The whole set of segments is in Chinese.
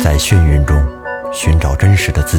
在眩晕中寻找真实的自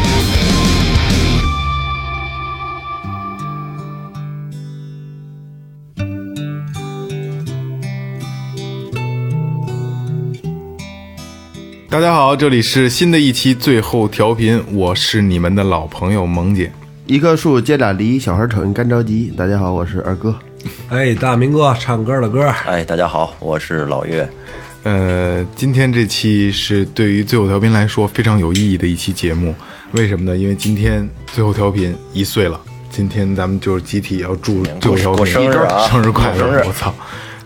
大家好，这里是新的一期最后调频，我是你们的老朋友萌姐。一棵树结俩梨，小孩瞅你干着急。大家好，我是二哥。哎，大明哥唱歌的歌，哎，大家好，我是老岳。呃，今天这期是对于最后调频来说非常有意义的一期节目，为什么呢？因为今天最后调频一岁了，今天咱们就是集体要祝最后调过频生日啊生日快过生日乐！我操，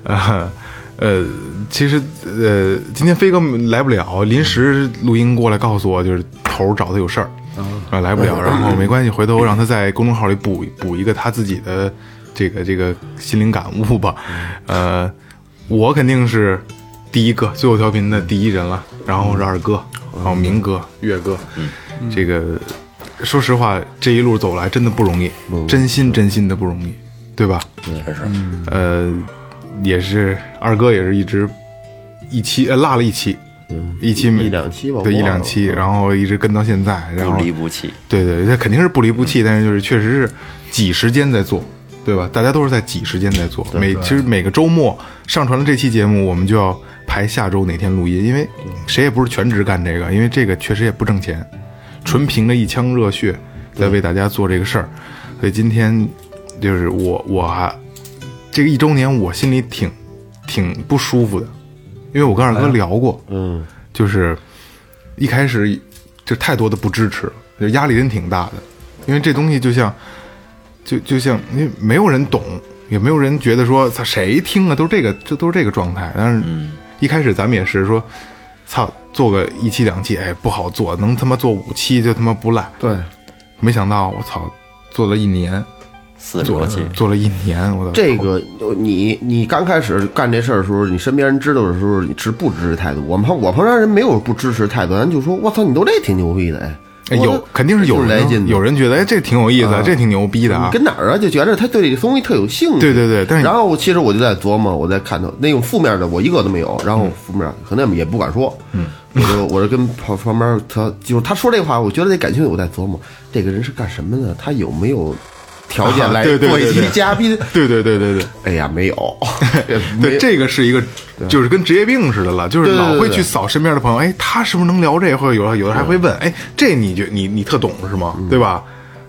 啊、 呃，其实呃，今天飞哥来不了，临时录音过来告诉我，就是头儿找他有事儿，啊，来不了，然后没关系，回头让他在公众号里补补一个他自己的这个这个心灵感悟吧，呃，我肯定是第一个最后调频的第一人了，然后是二哥，然后明哥、哦岳哥，嗯这个说实话，这一路走来真的不容易，嗯真心真心的不容易，对吧？确实，呃，也是二哥也是一直一期呃落了一期，一期没嗯一两期吧对我一忘了两期，然后一直跟到现在，然不后离不弃。对对，他肯定是不离不弃，但是就是确实是挤时间在做，对吧？大家都是在挤时间在做，每其实每个周末上传了这期节目，我们就要排下周哪天录音，因为谁也不是全职干这个，因为这个确实也不挣钱，纯凭着一腔热血在为大家做这个事儿，所以今天就是我我还这个一周年，我心里挺挺不舒服的，因为我跟二哥聊过，嗯，就是一开始就太多的不支持了，就压力真挺大的，因为这东西就像就就像因为没有人懂，也没有人觉得说操谁听啊，都是这个这都是这个状态。但是，嗯一开始咱们也是说，操做个一期两期，哎不好做，能他妈做五期就他妈不赖。对，没想到我操，做了一年，四十做多了期，做了一年，我操这个你你刚开始干这事儿的时候，你身边人知道的时候，你是不支持态度。我们旁我旁边人没有不支持态度，咱就说，我操，你都这挺牛逼的，哎，哎我有说肯定是有挺来劲人的有人觉得哎这挺有意思，这挺牛逼的啊你。跟哪儿啊？就觉得他对这东西特有兴趣。对对对但是你然后其实我就在琢磨，我在看他那种负面的，我一个都没有。然后负面可能也不敢说。嗯，我就我就跟旁旁边他就是他说这话，我觉得这感兴趣，我在琢磨这个人是干什么的，他有没有条件来啊对对对做一对期嘉宾？对对对对对。，哎呀，没有 对，这个是一个，就是跟职业病似的了，就是对对对老会对去扫身边的朋友，哎，他是不是能聊这个？或者有的有的还会问，哎，这你觉你你特懂是吗？对吧？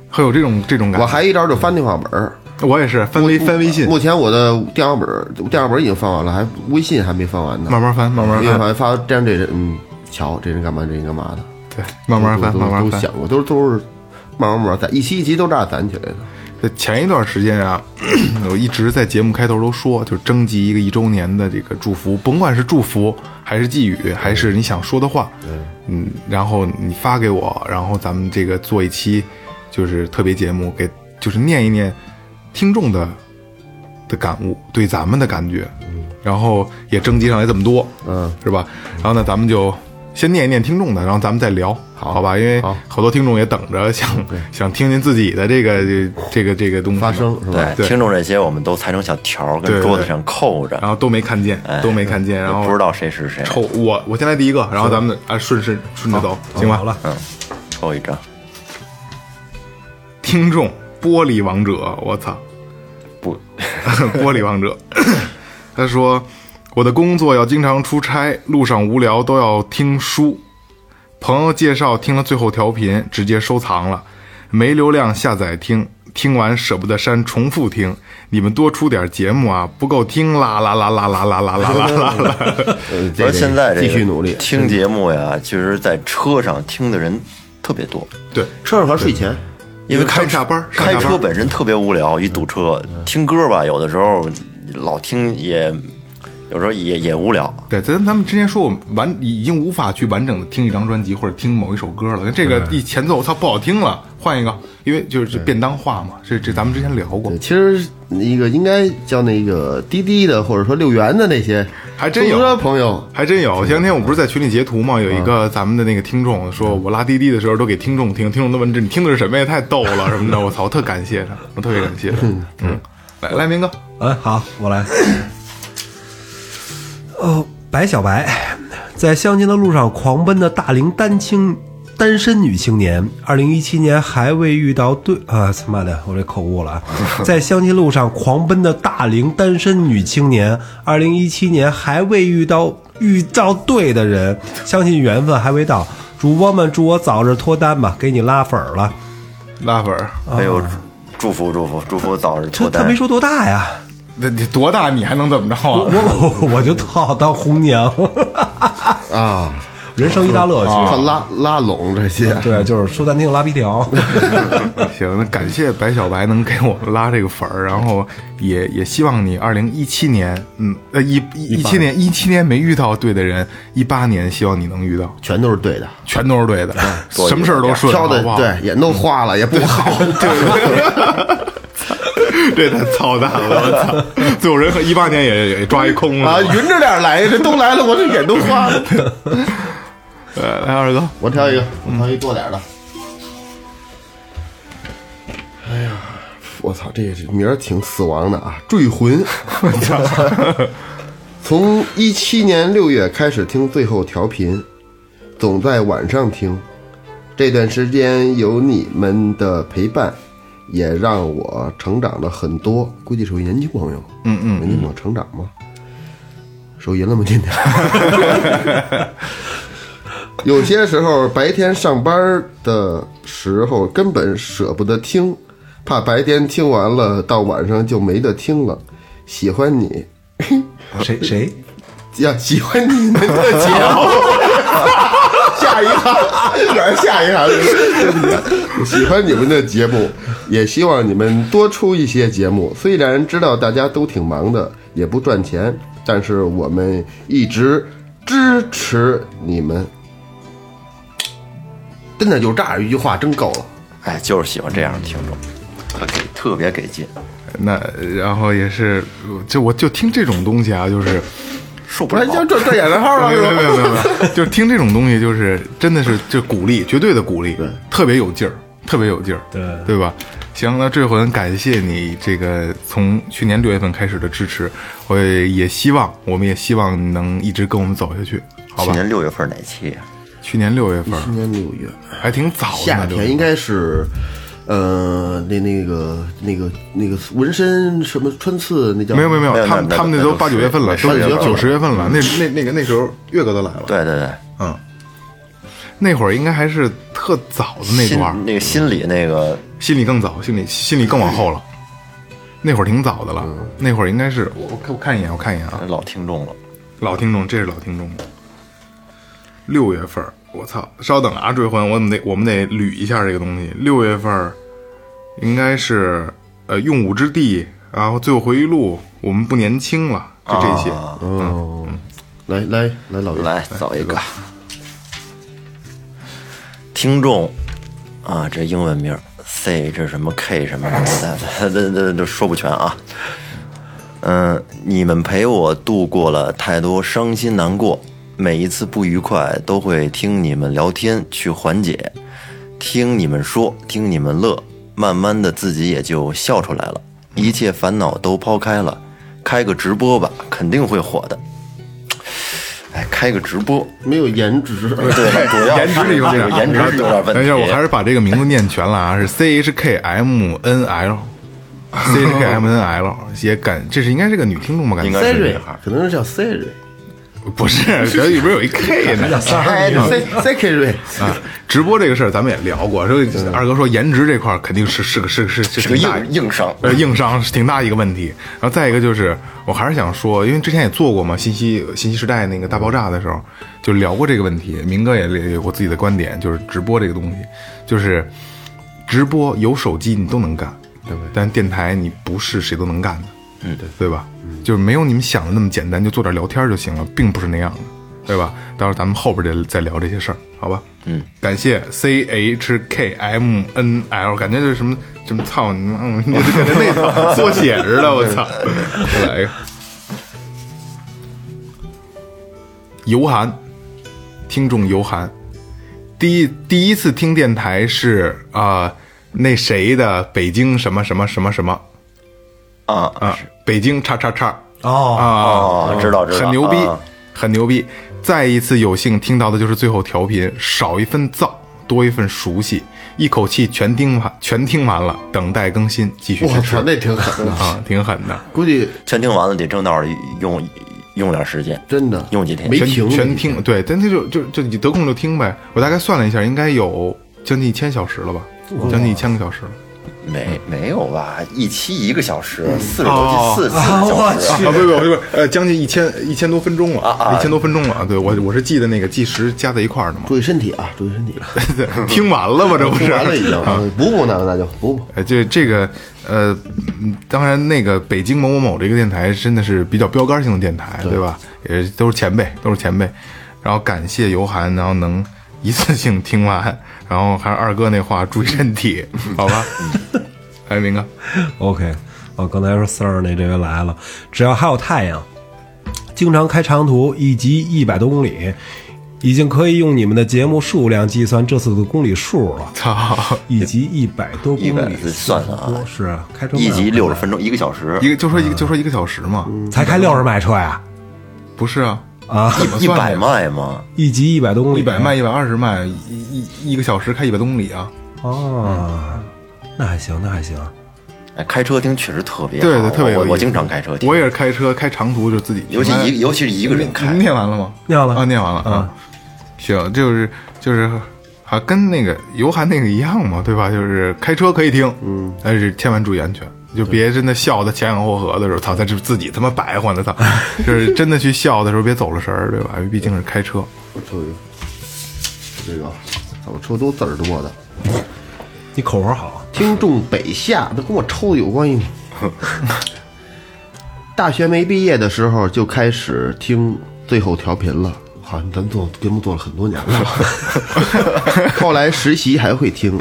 会有这种这种感我觉。还一招就翻电话本儿。我也是翻微翻微信，目前我的电话本儿电话本儿已经翻完了，还微信还没翻完呢。慢慢翻，慢慢因为翻，发发这样这人，嗯，瞧这人干嘛，这人干嘛的，对，慢慢翻，都慢慢都翻。想过，都都是慢慢慢慢攒，一期一期都这样攒起来的。这前一段时间啊，我一直在节目开头都说，就是征集一个一周年的这个祝福，甭管是祝福还是寄语，还是你想说的话，嗯，然后你发给我，然后咱们这个做一期就是特别节目，给就是念一念听众的的感悟，对咱们的感觉，嗯然后也征集上来这么多，嗯，是吧？然后呢，咱们就先念一念听众的，然后咱们再聊，好好吧？因为好好多听众也等着想嗯想听听自己的这个这个这个东西发声是吧？对哎听众这些我们都裁成小条儿，对跟对桌子上扣着，然后都没看见，都没看见，然后不知道谁是谁，抽我，我先来第一个，然后咱们啊顺势顺着走，行吧？好了，抽一张，听众玻璃王者，我操，不， 玻璃王者， 他说我的工作要经常出差，路上无聊都要听书，朋友介绍听了最后调频，直接收藏了，没流量下载听，听完舍不得删，重复听。你们多出点节目啊，不够听啦啦啦啦啦啦啦啦啦啦啦。 呃而现在这个继续努力，听节目呀，其实，在车上听的人特别多，对，车上和睡前因为开开下班儿开上下班嗯车儿本身特别无聊，一堵车，听歌吧，有的时候老听也有时候也也无聊。对，咱咱们之前说，我们完已经无法去完整的听一张专辑或者听某一首歌了。那这个一前奏，操不好听了，换一个，因为就是便当化嘛。这这咱们之前聊过对，，其实那个应该叫那个滴滴的，或者说六元的那些，还真有出租车朋友，嗯还真有。前两天我不是在群里截图嘛，有一个咱们的那个听众说，我拉滴滴的时候都给听众听，听众都问这你听的是什么呀？太逗了什么 的，我操，我特感谢他，我特别感谢他。嗯，来来，明哥，哎，好，我来。哦，白小白，在相亲的路上狂奔的大龄单青单身女青年，二零一七年还未遇到对啊，他妈的，我这口误了啊！在相亲路上狂奔的大龄单身女青年，二零一七年还未遇到遇到对的人，相信缘分还未到。主播们，祝我早日脱单吧，给你拉粉儿了。拉粉儿，哎呦，祝福祝福祝福早日这脱他单没。说多大呀？那你多大你还能怎么着啊？我我我就特好当红娘，啊，人生一大乐趣。靠拉拉拢这些，对，就是说难听拉皮条。 行，那感谢白小白能给我们拉这个粉儿，然后也也希望你二零一七年，嗯，呃一一七年一七年没遇到对的人，一八年希望你能遇到，全都是对的，全都是对的，嗯多一什么事儿都顺，挑的好不好？对，眼都花了，也不好， 这太操蛋了，我 操！最后人和一八年也也抓一空了 啊，匀着点来，这都来了，我这眼都花了。呃来二哥，我挑一个，我挑一多点儿的。哎呀，我操，这这名儿挺死亡的啊！坠魂， 从一七年六月开始听最后调频，总在晚上听。这段时间有你们的陪伴，也让我成长了很多。估计属于年轻朋友，嗯嗯，年轻朋友成长嘛，手淫了吗？今天。有些时候白天上班的时候根本舍不得听，怕白天听完了到晚上就没得听了。喜欢你谁谁？呀，喜欢你们的节目。下一行，哪儿 下一行？喜欢你们的节目，也希望你们多出一些节目。虽然知道大家都挺忙的，也不赚钱，但是我们一直支持你们。真的就这样一句话，真够了。哎，就是喜欢这样的听众，特给特别给劲，那然后也是，就我就听这种东西啊，就是。受不不了是，。哎就这这眼神号了啊没 是有没有没吧？有没有没有，就是听这种东西，就是真的是就鼓励，绝对的鼓励，特别有劲儿，特别有劲儿，对对吧？行，那坠魂，感谢你这个从去年六月份开始的支持，我也希望，我们也希望你能一直跟我们走下去，好去吧？年六月份哪期呀？去年六月份今年六月，还挺早的夏呢，天应该是，呃，那那个那个那个纹身什么穿刺那叫没有没有没没有，有他们那那他们那都那八九月份了，那是都八九月份九十月份了，那那那个那时候岳哥都来了，对对对，嗯，那会儿应该还是特早的那心段儿，那个心理那个心里更早，心里心里更往后了。那会儿挺早的了，那会儿应该是我我看我看一眼，我看一眼啊，老听众了，老听众，这是老听众。六月份儿，我操！稍等啊，追魂，我们得我们得捋一下这个东西。六月份儿应该是呃《用武之地》，然后《最后回忆录》，我们不年轻了，就这些。啊哦，来来来，老岳，来找一个听众啊，这英文名儿 C 这什么 K 什么什么的， 这这这说不全啊。嗯，你们陪我度过了太多伤心难过，每一次不愉快都会听你们聊天去缓解，听你们说，听你们乐，慢慢的自己也就笑出来了，一切烦恼都抛开了。开个直播吧，肯定会火的。哎，开个直播，没有颜值，对，主要颜值是一方面，颜值是有点问题。等一下，我还是把这个名字念全了啊，是 C H K M N L。C H K M N L 也感，这是应该是个女听众吧？感应觉该是女 Siri 孩，可能是叫 Siri，不是，这里边有一 K 呢。哎，C Siri，啊，直播这个事儿咱们也聊过，说二哥说颜值这块儿肯定是是个是是嗯是是个挺大硬硬伤呃，硬伤是挺大一个问题。然后再一个就是，我还是想说，因为之前也做过嘛，信息信息时代那个大爆炸的时候，就聊过这个问题。明哥也也有过自己的观点，就是直播这个东西，就是直播有手机你都能干，对不对？但电台你不是谁都能干的。嗯，对吧？就是没有你们想的那么简单，就坐这儿聊天就行了，并不是那样的，对吧？到时候咱们后边再再聊这些事儿，好吧？嗯，感谢 C H K M N L，感觉就是什么什么操你妈，嗯，就感觉那种缩写似的，我操！再来一个，尤涵，听众尤涵，第一第一次听电台是啊、呃那谁的北京什么什么什么什么啊啊，北京叉叉叉哦，啊，哦，知道知道，很牛逼啊，很牛逼。再一次有幸听到的就是最后调频，少一份燥，多一份熟悉，一口气全听完，全听完了，等待更新，继续我支持操，那挺狠的，啊，挺狠的， 估计全听完了，得正道儿用用点时间，真的用几天没全停，全听，对，但他就就就你得空就听呗。我大概算了一下，应该有将近一千小时了吧，将近一千个小时了。没没有吧？一期一个小时，四十哦多期，四四个小时。啊，不不不是，呃，将近一千一千多分钟了，一千多分钟了。啊对我我是记得那个计时加在一块儿的嘛。注意身体啊，注意身体。 听完了吗？这不是？听完了已经，啊补补呢，那就补补。呃，这这个，呃，嗯当然，那个北京某某某这个电台真的是比较标杆性的电台，对吧？也都是前辈，都是前辈。然后感谢尤涵，然后能一次性听完，然后还是二哥那话，注意身体，好吧？ 哎，明哥， OK，哦，刚才说四儿那这回来了，只要还有太阳，经常开长途，一集一百多公里，已经可以用你们的节目数量计算这次的公里数了。操，一集一百多公里， 100算了啊是啊开车一集六十迈分钟，一个小时，一个就说一个就说一个小时嘛，才开六十迈车呀？不是啊？啊，怎么一算百的？迈吗？一集一百多公里，一百迈，一百二十迈，一一一个小时开一百多公里啊？哦，那还行，那还行。哎，开车听确实特别好，对对，特别有我意思。我经常开车听，我也是开车开长途就自己听，尤其哎一尤其是一个人开，嗯念完了吗？念完了啊，念完了啊。行，就是就是，啊，跟那个尤涵那个一样嘛，对吧？就是开车可以听，嗯，但是千万注意安全，就别真的笑的前仰后合的时候，操，他这自己他妈白活 呢，操，就是真的去笑的时候别走了神儿，对吧？因为毕竟是开车。我抽一个，这个，我抽都字儿多的。你口活好，听众北下，那跟我抽的有关系吗？ 大学没毕业的时候就开始听最后调频了，好像咱们做节目做了很多年了。后来实习还会听，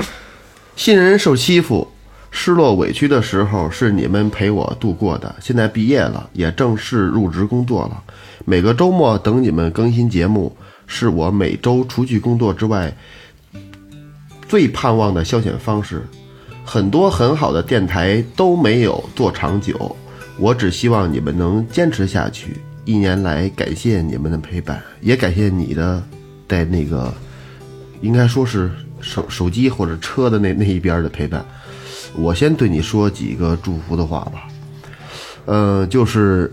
新人受欺负、失落、委屈的时候是你们陪我度过的。现在毕业了，也正式入职工作了，每个周末等你们更新节目，是我每周除去工作之外最盼望的消遣方式。很多很好的电台都没有做长久，我只希望你们能坚持下去。一年来，感谢你们的陪伴，也感谢你的在那个应该说是手手机或者车的那那一边的陪伴。我先对你说几个祝福的话吧。呃，就是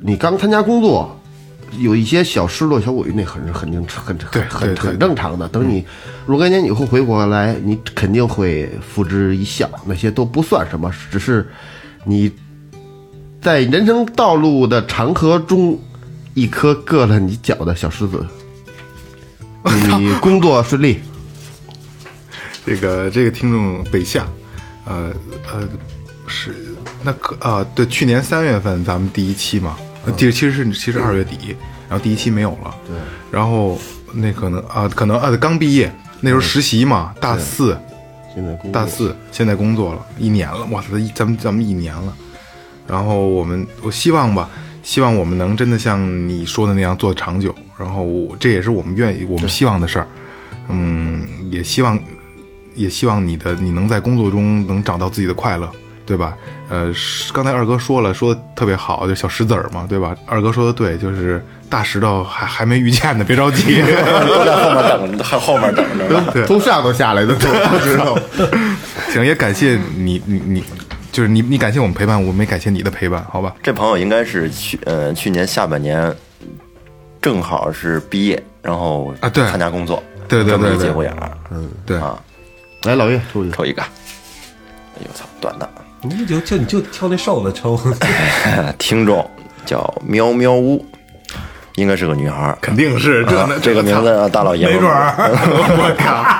你刚参加工作，有一些小失落、小委屈，那很很正很很很很正常的。等嗯你若干年以后回国来，你肯定会付之一笑，那些都不算什么，只是你在人生道路的长河中，一颗硌了你脚的小石 子。你工作顺利，这个这个听众北夏，呃呃，是那个啊、对，去年三月份咱们第一期嘛，呃第其实是其实二月底，然后第一期没有了，对，然后那可能啊、可能啊、刚毕业那时候实习嘛，大四，现在工大四现在工作了一年了，哇塞，一咱们咱们一年了，然后我们我希望吧，希望我们能真的像你说的那样做得长久，然后我这也是我们愿意我们希望的事儿，嗯，也希望也希望你的你能在工作中能找到自己的快乐，对吧？呃，是刚才二哥说了，说的特别好，就小石子儿嘛，对吧？二哥说的对，就是大石头还还没遇见呢，别着急。都在后面等着，还后面等着 呢。从上头下来的都不知道。行，也感谢你，你你就是你，你感谢我们陪伴，我没感谢你的陪伴，好吧？这朋友应该是去呃去年下半年，正好是毕业，然后啊对参加工作，对对这么对一对节骨眼儿，嗯，对，啊，来，老岳抽一个，抽一个，哎哎呦我操，短的，你就就你就挑那瘦的 抽，啊听众叫喵喵屋，应该是个女孩儿，肯定是这啊这个名字啊大老爷们没儿准 儿。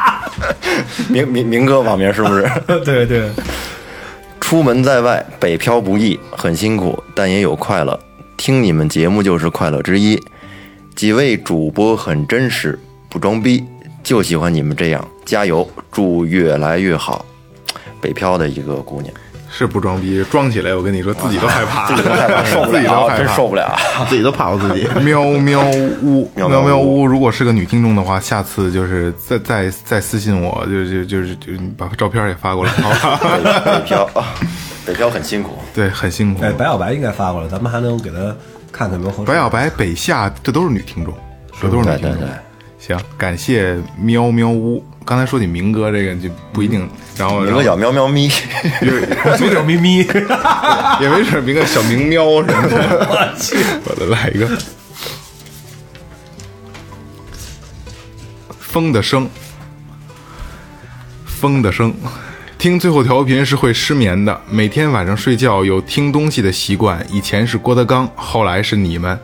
明明明哥网名是不是？对对，出门在外，北漂不易，很辛苦，但也有快乐。听你们节目就是快乐之一。几位主播很真实，不装逼，就喜欢你们这样。加油，祝越来越好。北漂的一个姑娘，是不装逼，装起来我跟你说，自己都害怕，啊 自己都害 怕，受不自己都害了，怕真受不了。啊自己都怕我自 己。喵喵屋， 喵喵喵屋喵屋，如果是个女听众的话，下次就是再再再私信我，就就就是就你把照片也发过来，好 吧？北北漂，北漂很辛苦。对，很辛苦。哎，白小白应该发过来，咱们还能给他看看有没有合适。白小白、北夏，这都是女听众，这都是对女听对众对。行，感谢喵喵屋。刚才说起明哥这个就不一嗯定，然后你然后个小喵喵咪， 嘴角眯眯，也没准儿明个小明喵什么 的。我去，我再来一个。风的声，风的声，听最后调频是会失眠的。每天晚上睡觉有听东西的习惯，以前是郭德纲，后来是你们。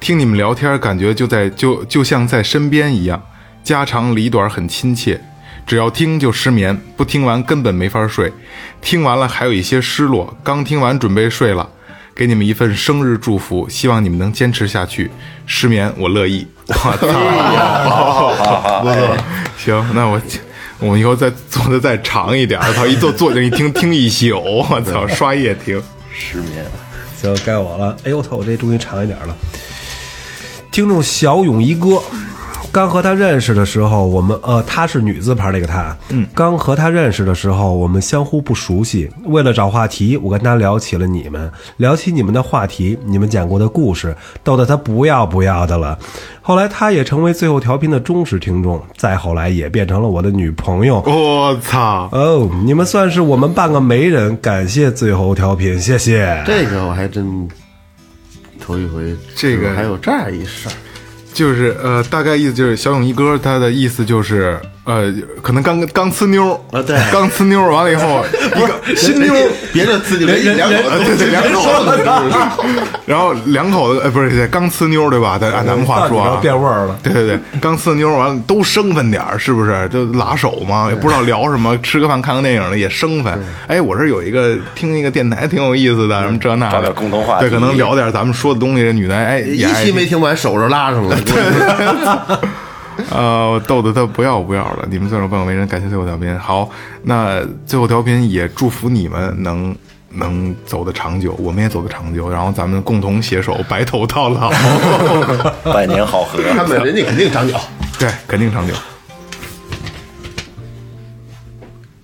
听你们聊天，感觉就在就就像在身边一样，家长里短很亲切。只要听就失眠，不听完根本没法睡。听完了还有一些失落，刚听完准备睡了。给你们一份生日祝福，希望你们能坚持下去。失眠我乐意。我操！ 行，那我我们以后再做的再长一点儿。操，一坐坐进去听听一宿，我操，刷夜听。失眠。行，该我了。哎呦我操，我这终于长一点了。听众小勇一哥，刚和他认识的时候，我们呃，他是女字旁那个他，嗯，刚和他认识的时候，我们相互不熟悉。为了找话题，我跟他聊起了你们，聊起你们的话题，你们讲过的故事，逗得他不要不要的了。后来他也成为最后调频的忠实听众，再后来也变成了我的女朋友。我操！哦，你们算是我们半个媒人，感谢最后调频，谢谢。这个我还真头一回，这个还有这样一事儿。就是呃，大概意思就是小勇一哥他的意思就是呃，可能刚刚呲妞啊，对，刚呲妞完了以 后，一个新妞， 别的刺激人两口呃对子对，两口子，然后两口子，呃，不是对刚呲妞对吧？咱按咱们话说到底啊要，变味儿了。 对对对，刚呲妞完了都生分点儿，是不是？就拉手嘛，也不知道聊什么，吃个饭看个电影的也生分。哎，我这有一个听一个电台挺有意思的，什么这那的，找点共同话题对，可能聊点咱们说的东西。这女的哎，也一爱期没听完，手就拉上 了。呃，我逗得他不要不要了。你们算是半个没人，感谢最后调频。好，那最后调频也祝福你们能能走得长久，我们也走得长久，然后咱们共同携手白头到 老。百年好合。他们人家肯定长脚。对，肯定长久。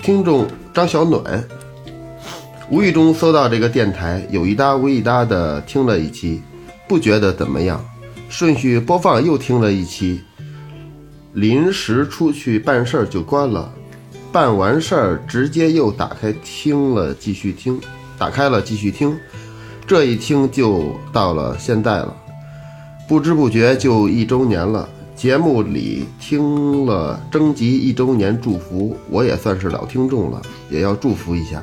听众张小暖，无意中搜到这个电台，有一搭无一搭的听了一期，不觉得怎么样，顺序播放又听了一期，临时出去办事儿就关了，办完事儿直接又打开听了，继续听，打开了继续听，这一听就到了现在了。不知不觉就一周年了。节目里听了征集一周年祝福，我也算是老听众了，也要祝福一下。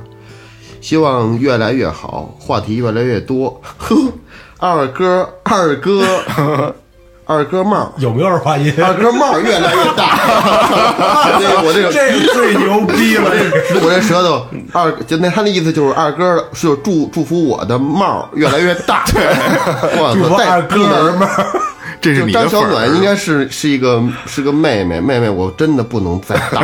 希望越来越好，话题越来越多。 呵，二哥，二哥，二哥帽，有没有二话音？二哥啊帽越来越大。 对我这个这个最牛逼了！这个我这舌头二就那他那意思就是二哥是祝祝福我的帽越来越大， 哇祝福戴二哥不儿能们儿，这是就你张的小粉暖儿，应该是是一个是个妹妹，妹妹我真的不能再大，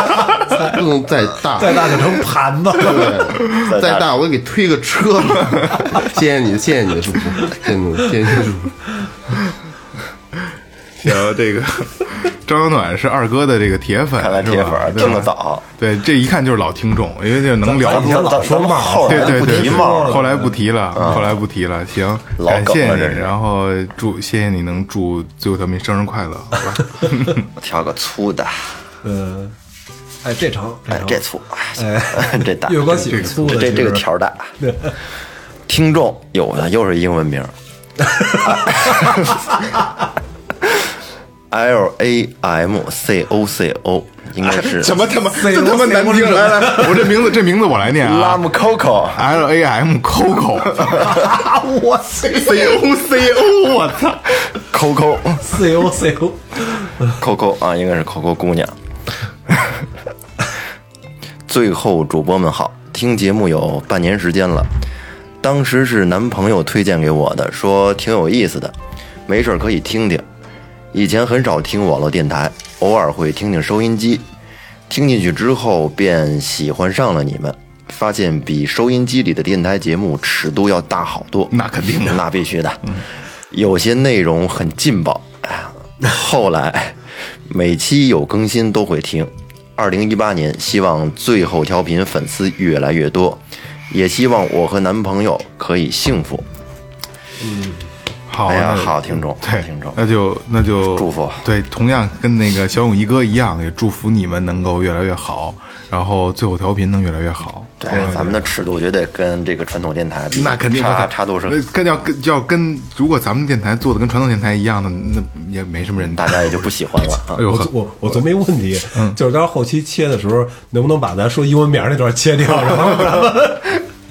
不能再大，再大就成盘子了。对，再大我给推个车。谢谢你，谢谢你的祝福，谢谢你，谢谢你的祝福。行，这个张小暖是二哥的这个铁粉，看来铁是吧粉儿对吧这么早对，这一看就是老听众，因为这能聊咱出们。老说帽后对来对不对，提帽后了。来不提了，后来不提了。行，老感梗谢了这你，是然后祝谢谢你能祝最后调频生日快乐，好吧？挑个粗的，嗯，哎，这成，哎，成这粗，哎这大，月光喜欢粗的，这其这个实条儿大。 听众有的又是英文名，L A M C O C O，应该是什么他妈这他妈难听！来来，来我这名字这名字我来念啊 Lam Coco， ，L A M Coco，哇塞 C O C O，我操！ ，Coco ，C O C O， Coco 啊， 应该是 Coco 姑娘。最后，主播们好，听节目有半年时间了，当时是男朋友推荐给我的，说挺有意思的，没事儿可以听听。以前很少听网络电台，偶尔会听听收音机。听进去之后便喜欢上了你们，发现比收音机里的电台节目尺度要大好多。那肯定的那必须的。有些内容很劲爆，哎呀，后来每期有更新都会听。二零一八年，希望最后调频粉丝越来越多，也希望我和男朋友可以幸福。好，哎呀那好听众哦对，呃听众那就那就祝福对，同样跟那个小勇一哥一样，也祝福你们能够越来越好，然后最后调频能越来越好。对，咱们的尺度绝对跟这个传统电台比，那肯定差差度是很那跟要跟要跟，如果咱们电台做的跟传统电台一样的，那也没什么人大打。家也就不喜欢了 啊哎。呦我呵，我我琢磨一个问题，就是到时候后期切的时候，能不能把咱说英文名儿那段切掉，然后咱们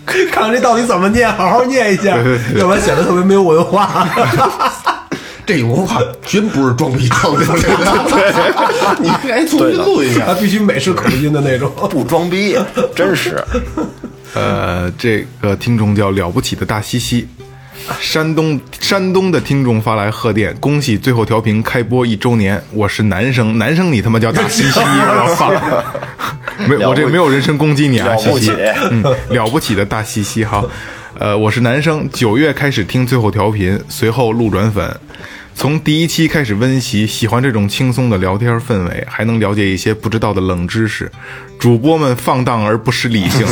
看看这到底怎么念，好好念一下，要不然显得特别没有文化。这种文化真不是装逼装出来的，你该重新录一下。他必须美式口音的那种。不装逼，真实。呃，这个听众叫了不起的大西西，山东山东的听众发来贺电，恭喜最后调频开播一周年！我是男生，男生你他妈叫大西 西，我操！没有，我这没有人身攻击你啊，了西不西起，嗯，了不起的大西西哈。呃，我是男生，九月开始听最后调频，随后路转粉。从第一期开始温习，喜欢这种轻松的聊天氛围，还能了解一些不知道的冷知识。主播们放荡而不失 理性，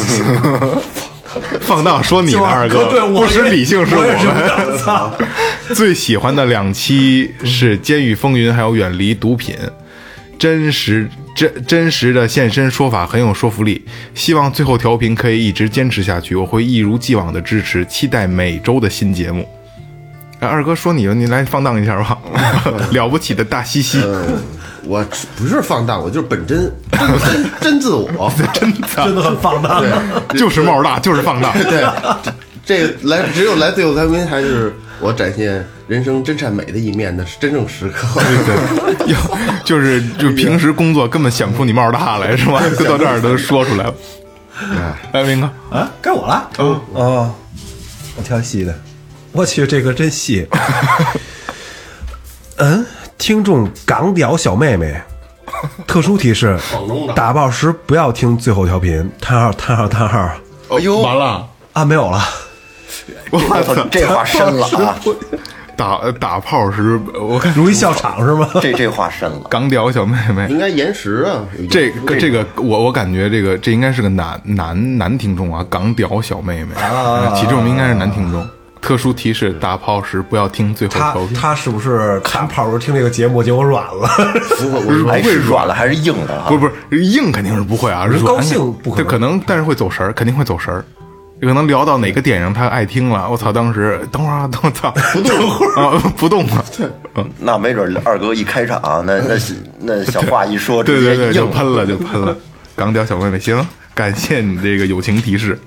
放荡说你呢，二哥，对，我不失理性是我也们。我操， 最喜欢的两期是《监狱风云》，还有《远离毒品》，真实真真实的现身说法很有说服力。希望最后调频可以一直坚持下去，我会一如既往的支持，期待每周的新节目。哎，二哥说你了，你来放荡一下吧，了不起的大西西，我不是放荡，我就是 本真，真真自我。真真的的很放荡。就是帽大，就是放荡。对，这这来只有来最后三名才是我展现人生真善美的一面的真正时刻。对，要 就是就平时工作根本想不出你帽大来是吧？就到这儿都说出来了。来，明哥，啊，该我了。嗯哦，我挑细的。我去，这个 真细。嗯，听众港屌小妹妹， 特殊提示：打爆时不要听最后调频。叹号叹号叹号哎呦，完了，啊，没 有了。我操！这话深了 啊！打打炮时，我看如意笑场是吗？这这话深了。港屌小妹妹，应该延时啊，这个这个，我我感觉这个这应该是个男男男听众啊，港屌小妹妹，其中应该是男听众。特殊提示：打炮时不要听 最后他调频。他是不是看跑时候听这个节目，结果软了？不会，我说哎，是软了还是硬的啊？不是不是，硬肯定是不会啊，软高兴不可对能可能，但是会走神儿，肯定会走神儿。有可能聊到哪个点上，他爱听了，我操！当时等会儿啊，等我操，不动 啊，不动了，那没准二哥一开场，啊那那那小话一说， 对直对接对，硬就喷了就喷了。港屌小妹妹，行，感谢你这个友情提示。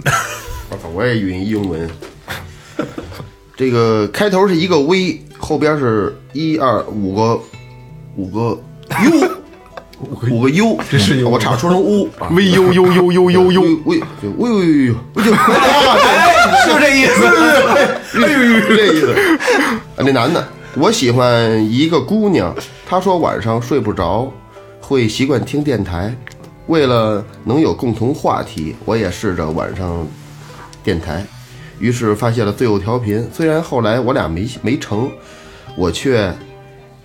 我操，我也语音英文。这个开头是一个 V，后边是一二五个五个 U，五个 U，这是我差点说成 U 啊。微呦呦呦呦 呦呦，喂喂喂喂喂，我就就这意思，哎呦，这意思。啊，那男的，我喜欢一个姑娘，她说晚上睡不着，会习惯听电台。为了能有共同话题，我也试着晚上电台，于是发现了最后调频。虽然后来我俩没没成，我却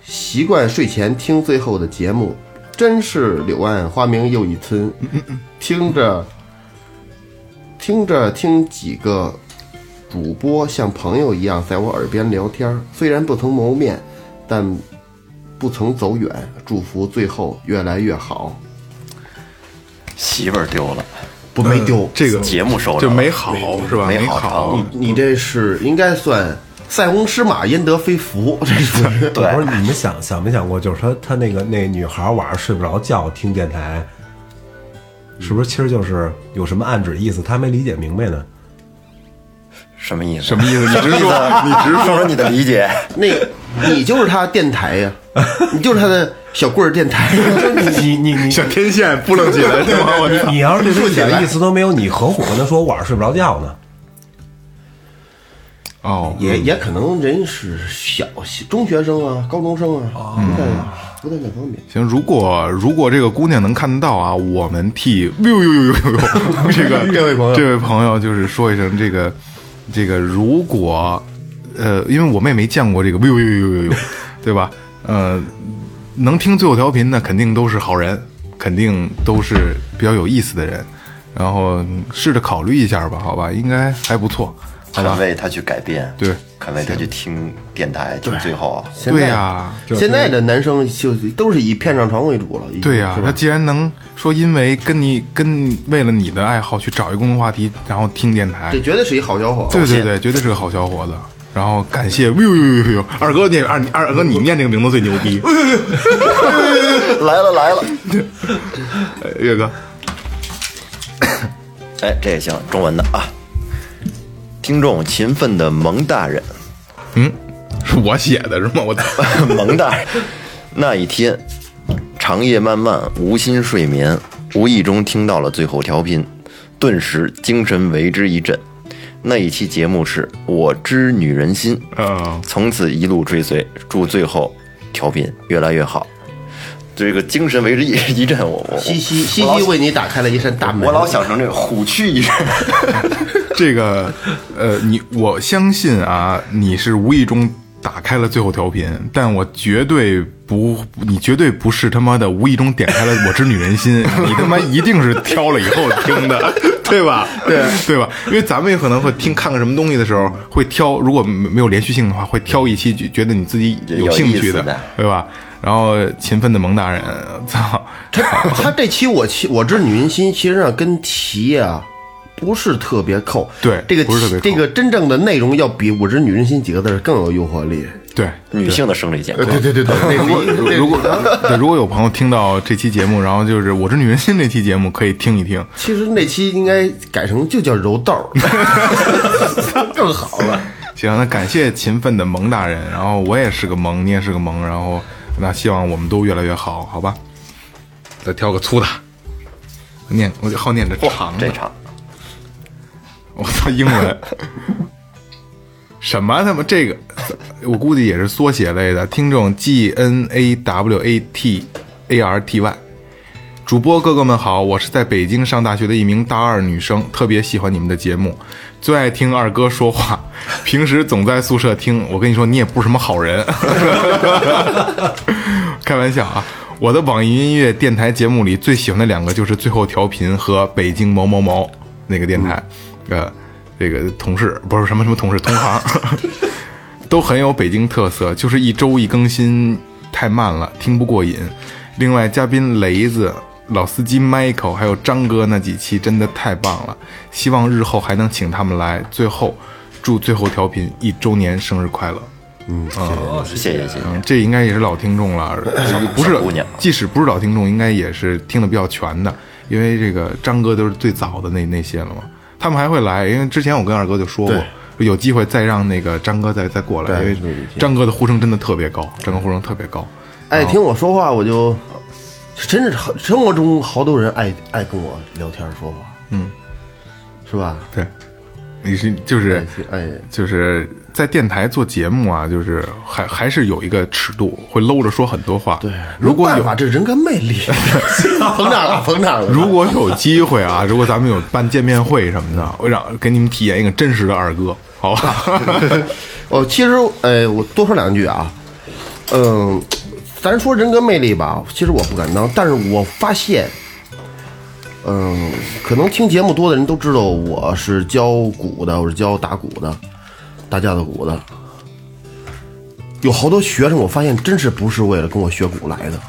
习惯睡前听最后的节目，真是柳暗花明又一村。听着听着听几个主播像朋友一样在我耳边聊天儿，虽然不曾谋面，但不曾走远。祝福最后越来越好。媳妇儿丢了，不没丢，这个节目收着就了没好是吧？没好好成。你这是应该算塞翁失马焉得非福，这 是对不是你们想想没想过，就是他他那个那女孩晚上睡不着觉听电台，是不是其实就是有什么暗指意思？他没理解明白呢。什么意思？ 什么意思？你直说，你直说说你的理解。那，你就是他电台呀、你就是他的小棍儿电台， 你 你你小天线扑棱起来对吗？我你要是对自己的意思都没有，你何苦跟他说晚上睡不着觉呢？哦， 也也可能人是小中学生啊，高中生啊，哦不太嗯不太那方便。行，如果如果这个姑娘能看得到啊，我们替呦呦呦呦呦，这个 这位朋友，这位朋友就是说一声这个这个，如果呃，因为我们也没见过这个呦呦呦呦呦呦， 对吧？呃，能听最后调频的肯定都是好人，肯定都是比较有意思的人，然后试着考虑一下吧，好吧，应该还不错， 好吧肯？为他去改变，对肯为他去听电台，听最后。啊现在对呀、现在的男生就都是以片上床为主了，已经对呀、是吧他既然能说因为跟你跟为了你的爱好去找一共同话题，然后听电台这，绝对是一好小伙。对对对，绝对是个好小伙子。然后感谢，呦呦呦呦呦，二哥念二二哥你念这个名字最牛逼， 来了来了，呃岳哥，哎，这也行，中文的啊。听众勤奋的蒙大人， 是我写的是吗？我操，蒙大人，那一天长夜漫漫，无心睡眠，无意中听到了最后调频，顿时精神为之一振。那一期节目是我知女人心，嗯，从此一路追随，祝最后调频越来越好。这个精神为之一一振，我我西西西我老西为你打开了一扇大门。我老想成这个虎躯一震。 这个呃，你我相信啊，你是无意中打开了最后调频，但我绝对不，你绝对不是他妈的无意中点开了《我知女人心》， 你他妈一定是挑了以后听的，对吧？对 对吧？因为咱们也可能会听看个什么东西的时候会挑，如果没有连续性的话，会挑一期觉得你自己有兴趣有意思的对吧？然后勤奋的蒙大人， 操，他 他这期我其我知女人心，其实上跟题啊不是特别扣。对这个不是特别扣这个真正的内容要比我知女人心几个字儿更有诱惑力。对。女性的生理健呃康，对对对，那如果如果对如果有朋友听到这期节目，然后就是《我是女人心》这期节目，可以听一听。其实那期应该改成就叫柔豆 儿，更好了。行，那感谢勤奋的萌大人，然后我也是个萌，你也是个萌，然后那希望我们都越来越好，好吧？再挑个粗的，念我就好念这长的这，场我操，英文什么他妈这个，我估计也是缩写类的。听众 G N A W A T A R T Y。主播哥哥们好，我是在北京上大学的一名大二女生，特别喜欢你们的节目，最爱听二哥说话， 平时总在宿舍听。我跟你说，你也不是什么好人， 开玩笑啊！我的网易音乐电台节目里最喜欢的两个就是最后调频和北京某某某那个电台，呃，这个同事不是什么什么同事，同行。都很有北京特色，就是一周一更新太慢了，听不过瘾。另外，嘉宾雷子、老司机 Michael 还有张哥那几期真的太棒了，希望日后还能请他们来。最后，祝最后调频一周年生日快乐！谢谢谢谢。嗯，这应该也是老听众了，呃不是小姑娘即使不是老听众，应该也是听的比较全的，因为这个张哥都是最早的那那些了嘛。他们还会来，因为之前我跟二哥就说过，有机会再让那个张哥再再过来，因为张哥的呼声真的特别高，张哥呼声特别高。爱哎听我说话，我就真是好生活中好多人爱爱跟我聊天说话，嗯，是吧？对，你是就是哎，就是在电台做节目啊，就是还还是有一个尺度，会搂着说很多话。对，如果有把这人格魅 力 膨胀了，膨胀了。如果有机会啊， 如果咱们有办见面会什么的，我让给你们体验一个真实的二哥，好吧？哦，其实，呃，我多说两句啊，嗯，咱说人格魅力吧，其实我不敢当，但是我发现，嗯，可能听节目多的人都知道我是教鼓的，我是教打鼓的，打架子鼓的。有好多学生，我发现真是不是为了跟我学鼓来的，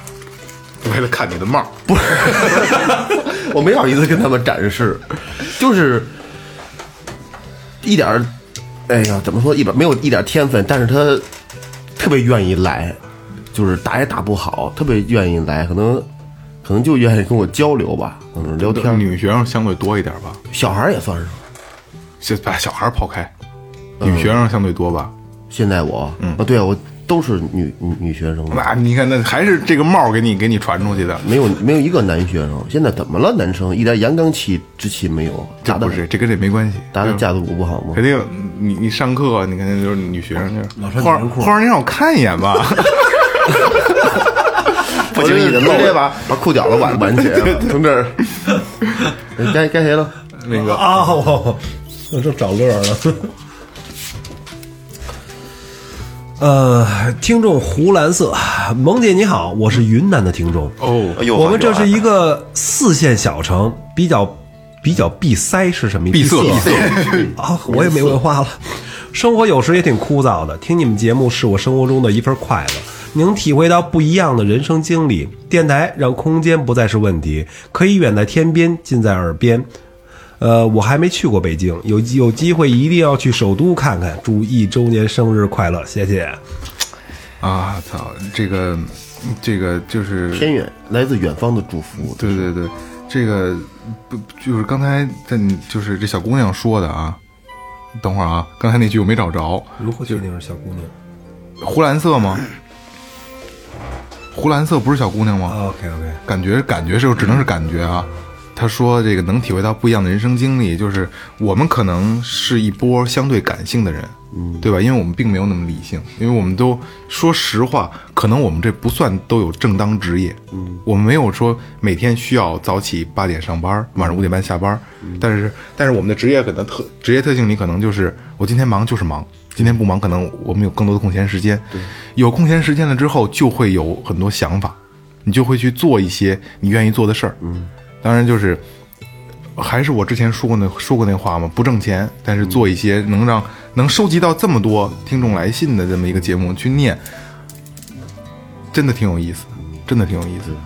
为了看你的帽， 我没好意思跟他们展示，就是一点儿，哎呀，怎么说一点没有一点天分，但是他特别愿意来，就是打也打不好，特别愿意来，可能可能就愿意跟我交流吧，嗯，聊天。 女学生相对多一点吧，小孩儿也算是，就把小孩抛开，女学生相对多吧。现在我，嗯，啊，对我都是女女女学生，那你看，那还是这个帽儿给你给你传出去的，没有没有一个男学生。现在怎么了？男生一点阳刚气之气没有，这打打不是这嗯跟这没关系，打打对吧架子鼓不好吗肯？定，你你上课，你肯定就是女学生老就是，花穿女人裤花儿，你让我看一眼吧，不经意的露直接把把裤脚子挽 挽起来了，从这儿。哎该该谁了？那个 啊，我我正找乐儿呢。 呃，听众湖蓝色，萌姐你好，我是云南的听众。哦哎呦我们这是一一个四线小城，比较比较闭塞是什么意思？闭塞 啊，我也没文化了。生活有时也挺枯燥的，听你们节目是我生活中的一份快乐，能体会到不一样的人生经历。电台让空间不再是问题，可以远在天边，近在耳边。呃，我还没去过北京，有有机会一定要去首都看看。祝一周年生日快乐，谢谢。啊，操，这个这个就是偏远来自远方的祝福，对对对，这个不就是刚才在你就是这小姑娘说的啊？等会儿啊，刚才那句我没找着，如何确定是小姑娘湖蓝色吗？ 湖蓝色不是小姑娘吗？ ？OK OK，感觉感觉是只能是感觉啊。他说这个能体会到不一样的人生经历，就是我们可能是一波相对感性的人，嗯，对吧？因为我们并没有那么理性，因为我们都说实话，可能我们这不算都有正当职业，嗯，我们没有说每天需要早起八点上班，晚上五点半下班，但是但是我们的职业可能特职业特性里可能就是我今天忙就是忙，今天不忙可能我们有更多的空闲时间，对，有空闲时间了之后就会有很多想法，你就会去做一些你愿意做的事儿。嗯，当然就是还是我之前说过那说过那话嘛，不挣钱，但是做一些能让能收集到这么多听众来信的这么一个节目去念，真的挺有意思的，真的挺有意思的。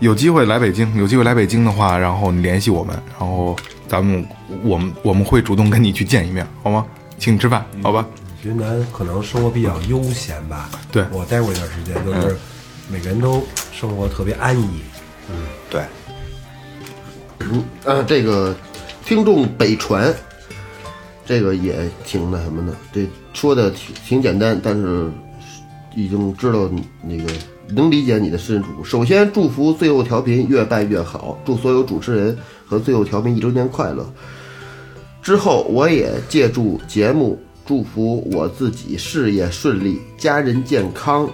有机会来北京，有机会来北京的话，然后你联系我们，然后咱们我们我们会主动跟你去见一面，好吗？请你吃饭，好吧？云南可能生活比较悠闲吧。对我待过一段时间，就是每个人都生活特别安逸。对，嗯，这个听众北传，这个也挺那什么的，这说的挺挺简单，但是已经知道你那个能理解你的身处。首先，祝福最后调频越办越好，祝所有主持人和最后调频一周年快乐。之后，我也借助节目祝福我自己事业顺利，家人健康。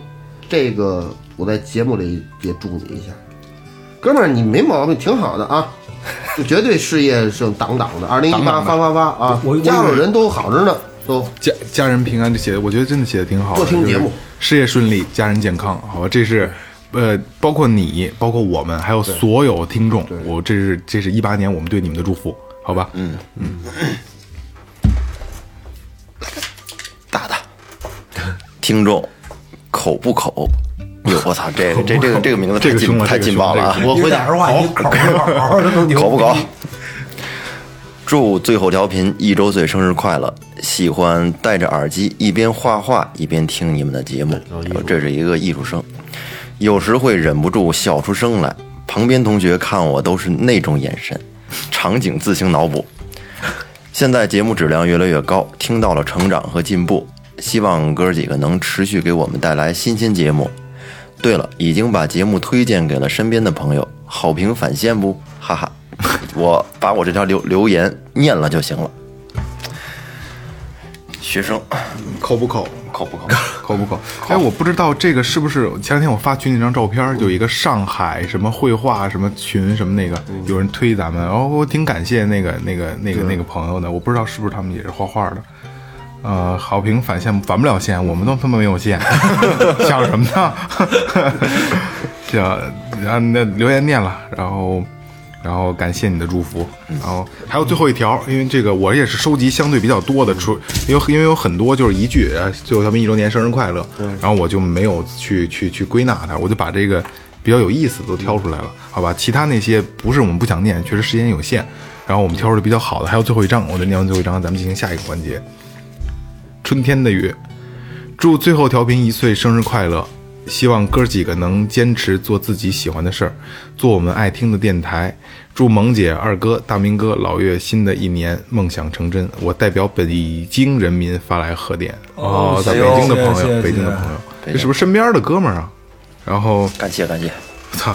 这个我在节目里也祝你一下，哥们儿，你没毛病，挺好的啊， 就绝对事业是挡挡的。二零一八发发发啊我我以，为家里人都好着呢，都家家人平安，这写的我觉得真的写的挺好的。多听节目，事业顺利，家人健康，好吧，这是。呃，包括你，包括我们，还有所有听众，我这是这是一八年我们对你们的祝福，好吧？嗯，大大，听众口不口？哎呦我操，这个这这个这个名字这太个凶劲了太这个劲凶爆了啊！这个我回答实话，你口口的都牛逼搞不搞？ 祝最后调频一周岁生日快乐！喜欢戴着耳机一边画画一边听你们的节目，这是一个艺术生，有时会忍不住笑出声来。旁边同学看我都是那种眼神，场景自行脑补。现在节目质量越来越高，听到了成长和进步，希望哥几个能持续给我们带来新鲜节目。对了，已经把节目推荐给了身边的朋友，好评返现不？哈 哈，我把我这条留留言念了就行了。学生，扣不扣？靠不靠？ 扣不扣？哎，我不知道这个是不是前两天我发群里一张照片，嗯有一个上海什么绘画什么群什么那个，嗯有人推咱们，然、后我挺感谢那个那个那个那个朋友的，我不知道是不是他们也是画画的。呃，好评返现返不了现，我们都他妈没有现，想什么呢？ 这然后那留言念了，然后然后感谢你的祝福，然后还有最后一条，因为这个我也是收集相对比较多的，除有因为有很多就是一句，呃最后他们一周年生日快乐，然后我就没有去去去归纳它，我就把这个比较有意思的都挑出来了，好吧？其他那些不是我们不想念，确实时间有限，然后我们挑出的比较好的，还有最后一章，我就念完最后一章，咱们进行下一个环节。春天的雨，祝最后调频一岁生日快乐！希望哥几个能坚持做自己喜欢的事儿，做我们爱听的电台。祝萌姐、二哥、大明哥、老岳新的一年梦想成真！我代表北京人民发来贺电哦在谢北谢京的朋哦谢谢友，北京的谢谢朋友，对这是不是身边的哥们儿啊？然后感谢感谢，操，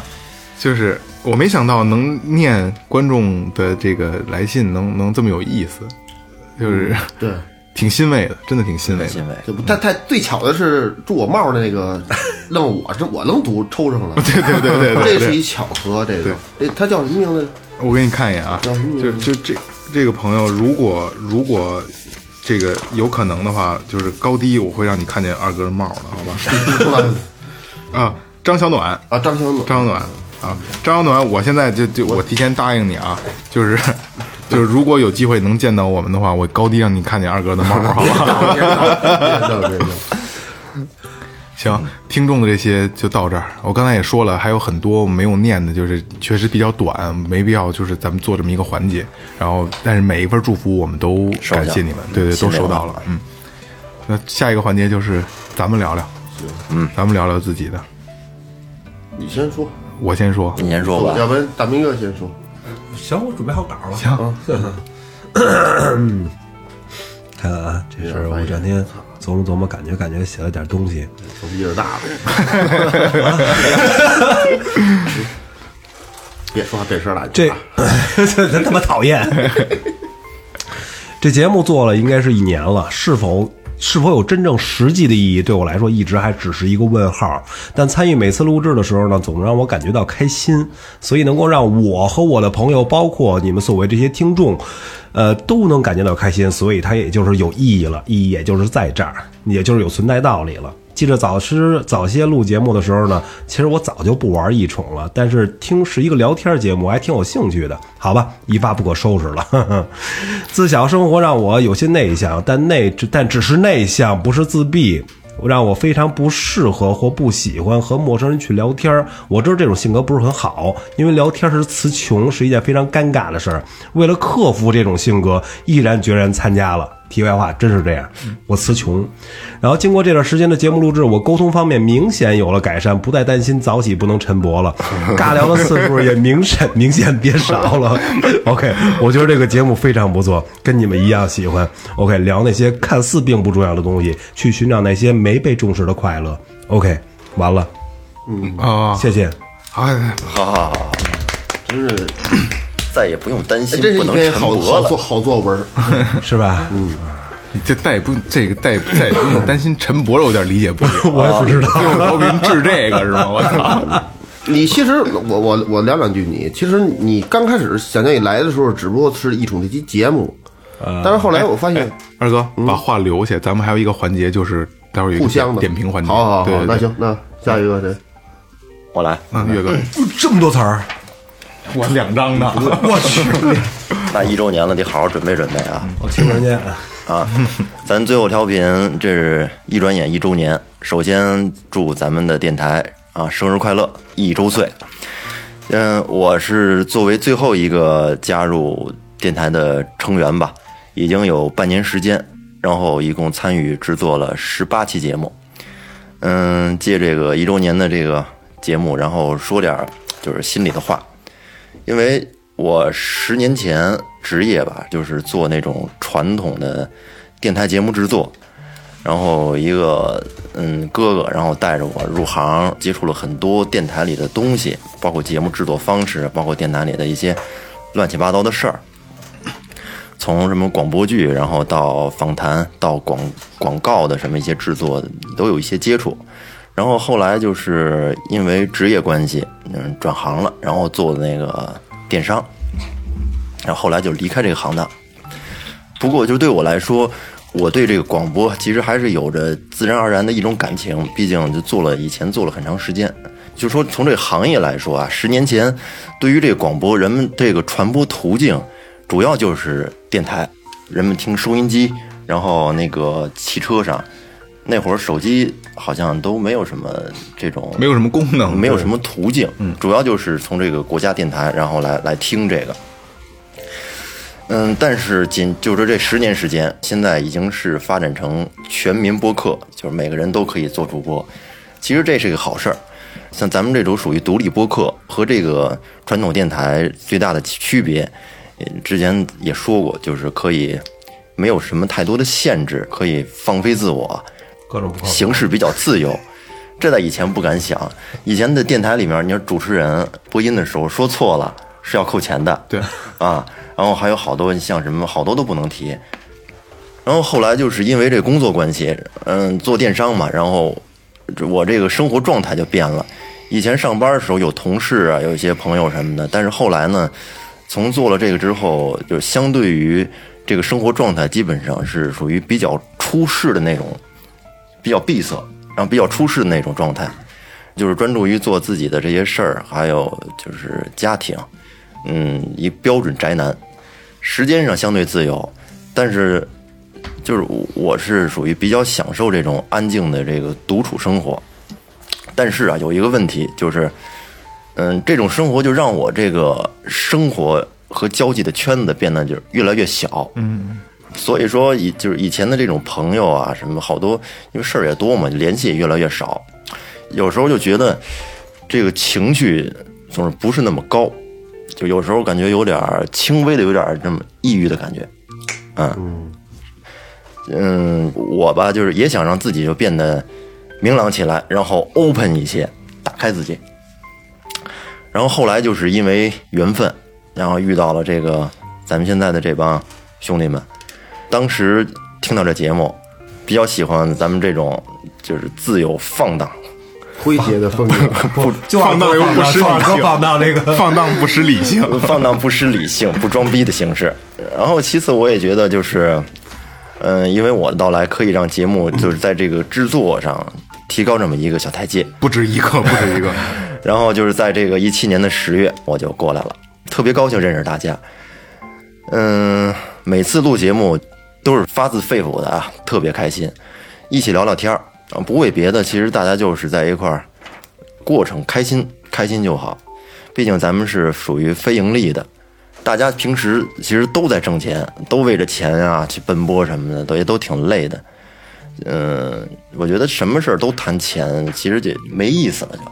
就是我没想到能念观众的这个来信能能这么有意思，嗯就是对， 挺欣慰的，真的挺欣慰的欣。慰。这不，但太最巧的是住我帽儿的那个，愣我这我愣读抽上了，对对对对对这是一巧合，这个这他叫什么名字？我给你看一眼啊，就就这这个朋友，如果如果这个有可能的话，就是高低我会让你看见二哥的帽的，好吧？ 啊，张小暖，啊，张小暖，张小暖啊，张小暖，我现在就就我提前答应你啊，就是 就是如果有机会能见到我们的话，我高低让你看见二哥的帽，好吧？ 行，嗯听众的这些就到这儿。我刚才也说了，还有很多没有念的，就是确实比较短，没必要就是咱们做这么一个环节。然后，但是每一份祝福我们都收到感谢你们，对对，谢谢都收到了。嗯，那下一个环节就是咱们聊聊，嗯，咱们聊聊自己的。你先说，哦我先说，你先说吧，要不然大明哥先说，行，我准备好稿了。嗯行， 看看啊，这事儿我这两天琢磨琢磨，感觉感觉写了点东西。我们劲儿大呗。 别说话，别说了，这 真他妈讨厌！ 这节目做了应该是一年了，是否是否有真正实际的意义，对我来说一直还只是一个问号。但参与每次录制的时候呢，总让我感觉到开心，所以能够让我和我的朋友，包括你们所谓这些听众，呃，都能感觉到开心，所以它也就是有意义了，意义也就是在这儿，也就是有存在道理了。记着早是早些录节目的时候呢，其实我早就不玩异宠了，但是听是一个聊天节目，我还挺有兴趣的。好吧，一发不可收拾了。 呵呵自小生活让我有些内向，但内但只是内向，不是自闭。让我非常不适合或不喜欢和陌生人去聊天儿。我知道这种性格不是很好，因为聊天时词穷是一件非常尴尬的事儿。为了克服这种性格，毅然决然参加了。题外话，真是这样，我词穷。然后经过这段时间的节目录制，我沟通方面明显有了改善，不再担心早起不能晨勃 了，尬聊的次数也明显 明显变少 了。OK，我觉得这个节目非常不错，跟你们一样喜欢。OK，聊那些看似并不重要的东西，去寻找那些没被重视的快乐。OK，完了，嗯啊，哎谢谢。好，好好好，真是再也不用担心哎这是不一能篇晨好勃好作了。好作文儿，是吧？你这再也不这个再也再也不用担心陈博了，我有点理解 不了。哎我也不知道最后毛病治这个是吗？我 操！你其实我我我聊两句你，其实你刚开始想叫你来的时候，只不过是一种这期节目，但是后来我发现二哥，把话留下，咱们还有一个环节，就是待会儿有一个互相的点评环节。好好好对，对那，对行，那下一个 谁？我来，嗯，岳哥，这么多词儿，我两张呢。我去！那一周年了，得好好准备准备啊我听人家啊！咱最后调频，这是一转眼一周年。首先祝咱们的电台啊生日快乐，一周岁！嗯，我是作为最后一个加入电台的成员吧，已经有半年时间，然后一共参与制作了十八期节目。嗯，借这个一周年的这个节目，然后说点儿就是心里的话，因为我十年前职业吧，就是做那种传统的电台节目制作，然后一个嗯哥哥，然后带着我入行，接触了很多电台里的东西，包括节目制作方式，包括电台里的一些乱七八糟的事儿。从什么广播剧，然后到访谈，到广广告的什么一些制作，都有一些接触。然后后来就是因为职业关系，嗯，转行了，然后做那个电商，然后后来就离开这个行当。不过就对我来说，我对这个广播其实还是有着自然而然的一种感情，毕竟就做了以前做了很长时间。就说从这个行业来说啊，十年前对于这个广播，人们这个传播途径主要就是电台，人们听收音机，然后那个汽车上。那会儿手机好像都没有什么这种没有什么功能，没有什么途径，主要就是从这个国家电台，然后来来听这个。嗯，但是仅就是这十年时间，现在已经是发展成全民播客，就是每个人都可以做主播。其实这是个好事儿。像咱们这种属于独立播客，和这个传统电台最大的区别，呃之前也说过，就是可以没有什么太多的限制，可以放飞自我，各种不靠谱形式比较自由。这在以前不敢想。以前的电台里面，你说主持人播音的时候说错了是要扣钱的，对啊，然后还有好多像什么好多都不能提。然后后来就是因为这工作关系，嗯，做电商嘛，然后我这个生活状态就变了。以前上班的时候有同事啊，有一些朋友什么的，但是后来呢，从做了这个之后，就相对于这个生活状态，基本上是属于比较出世的那种，比较闭塞，然后比较出世的那种状态，就是专注于做自己的这些事儿，还有就是家庭，嗯，一标准宅男，时间上相对自由，但是就是我我是属于比较享受这种安静的这个独处生活，但是啊，有一个问题就是，嗯，这种生活就让我这个生活和交际的圈子变得就是越来越小，嗯，所以说以就是以前的这种朋友啊，什么好多，因为事儿也多嘛，联系也越来越少，有时候就觉得这个情绪总是不是那么高，就有时候感觉有点儿轻微的有点儿这么抑郁的感觉，嗯，嗯，我吧就是也想让自己就变得明朗起来，然后 open 一些，打开自己。然后后来就是因为缘分，然后遇到了这个咱们现在的这帮兄弟们。当时听到这节目，比较喜欢咱们这种就是自由放荡，诙谐的风格， 就放荡又不失理性，放荡这个放荡不失 理性。放荡不失理性、不装逼的形式。然后其次，我也觉得就是，嗯、因为我的到来，可以让节目就是在这个制作上提高这么一个小台阶。不止一个，不止一个。然后就是在这个一七年的十月，我就过来了，特别高兴认识大家。嗯，每次录节目都是发自肺腑的啊，特别开心，一起聊聊天儿啊，不为别的，其实大家就是在一块儿，过程开心，开心就好。毕竟咱们是属于非盈利的，大家平时其实都在挣钱，都为着钱啊去奔波什么的，都也都挺累的。嗯，我觉得什么事儿都谈钱，其实这没意思了就。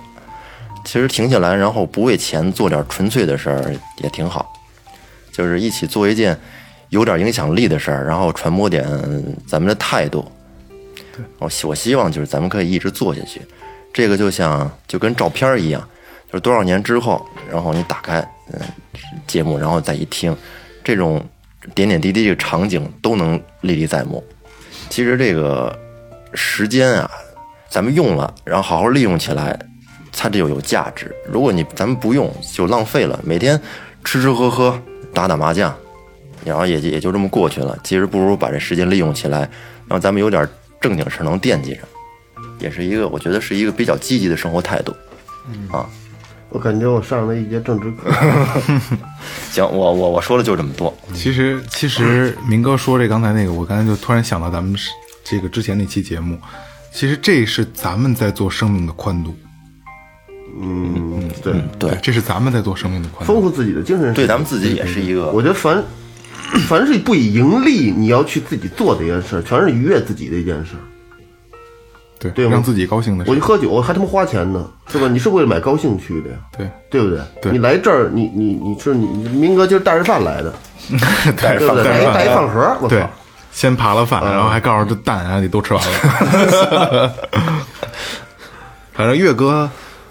其实停下来，然后不为钱做点纯粹的事儿也挺好，就是一起做一件有点影响力的事儿，然后传播点咱们的态度。啊我希我希望就是咱们可以一直做下去，这个就像就跟照片儿一样，就是多少年之后，然后你打开嗯节目，然后再一听，这种点点滴滴的场景都能历历在目。其实这个时间啊，咱们用了，然后好好利用起来，它就有价值。如果你咱们不用，就浪费了。每天吃吃喝喝，打打麻将，然后也就也就这么过去了。其实不如把这时间利用起来，让咱们有点正经事儿能惦记着，也是一个我觉得是一个比较积极的生活态度。啊，我感觉我上了一节政治课。行，我我我说了就这么多。其实，其实明哥说这刚才那个，我刚才就突然想到咱们是这个之前那期节目，其实这是咱们在做生命的宽度，嗯，对，对这是咱们在做生命的宽丰度。富自己的精神世界。对，咱们自己也是一个，我觉得凡 凡是不以盈利，你要去自己做的一件事儿，全是愉悦自己的一件事儿。对，对我让自己高兴的事我去。喝酒还他妈花钱呢，是吧？你是为了买高兴去的呀，对，对不对？对你来这儿，你你你是你你明哥今儿带着饭来的，带对着不饭对？带一饭带一饭盒儿，我对操！，先扒了饭，然后还告诉这蛋啊，你都吃完了。反正岳哥，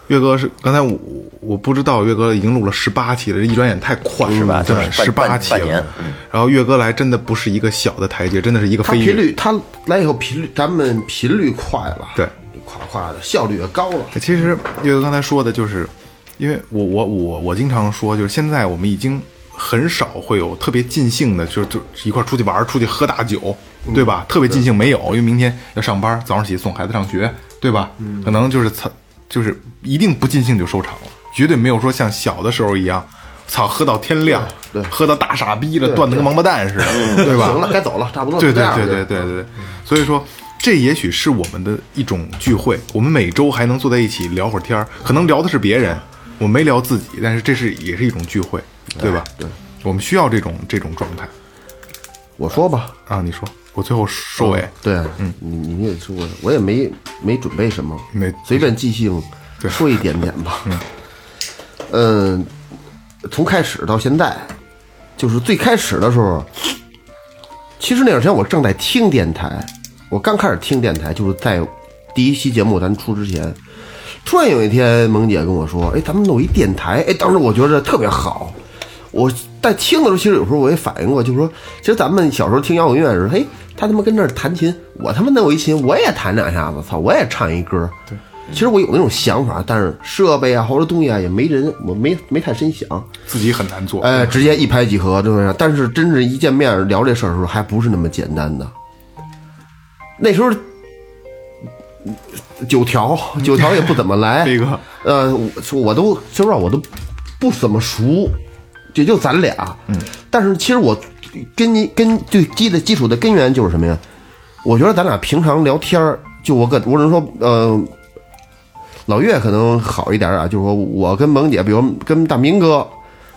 岳哥是刚才我我不知道，岳哥已经录了十八期了，这一转眼太快是吧？对，半十八半期半年了。然后岳哥来真的不是一个小的台阶，真的是一个他飞频跃。率，他来以后频率，咱们频率快了，对，夸夸的，效率也高了。其实岳哥刚才说的就是，因为我我我我经常说，就是现在我们已经很少会有特别尽兴的，就是就一块儿出去玩儿、出去喝大酒，嗯对吧？特别尽兴没有，因为明天要上班，早上起送孩子上学，对吧？嗯可能就是操，就是一定不尽兴就收场了，绝对没有说像小的时候一样。操，喝到天亮，喝到大傻逼了，断的跟王八蛋似的，对吧？嗯 行了，该走了，差不多。对就这对样啊对对就对对对，所以说这也许是我们的一种聚会，我们每周还能坐在一起聊会儿天儿，可能聊的是别人，我没聊自己，但是这是也是一种聚会，对哎吧？对，我们需要这种这种状态我说吧，啊！你说，我最后收尾，对，嗯，你你也说，我也没没准备什么，没随便即兴说一点点吧。 嗯，从开始到现在，就是最开始的时候，其实那段时间我正在听电台，我刚开始听电台就是在第一期节目咱出之前，突然有一天，萌姐跟我说：“哎，咱们弄一电台。”哎，当时我觉得特别好。我在听的时候，其实有时候我也反应过，就是说，其实咱们小时候听摇滚乐的时候，嘿，他他妈跟这儿弹琴，我他妈弄一琴，我也弹两下子，操，我也唱一歌。对，其实我有那种想法，但是设备啊或者东西啊也没人，我没没太深想。自己很难做。哎，直接一拍即合，对不对？但是真是一见面聊这事儿的时候，还不是那么简单的。那时候九条，九条也不怎么来。 飞哥，呃，我我都说实话，我都不怎么熟，也就咱俩。嗯，但是其实我跟你跟最基的基础的根源就是什么呀？我觉得咱俩平常聊天儿，就我跟我只能说，呃，老岳可能好一点啊，就是说我跟萌姐，比如跟大明哥，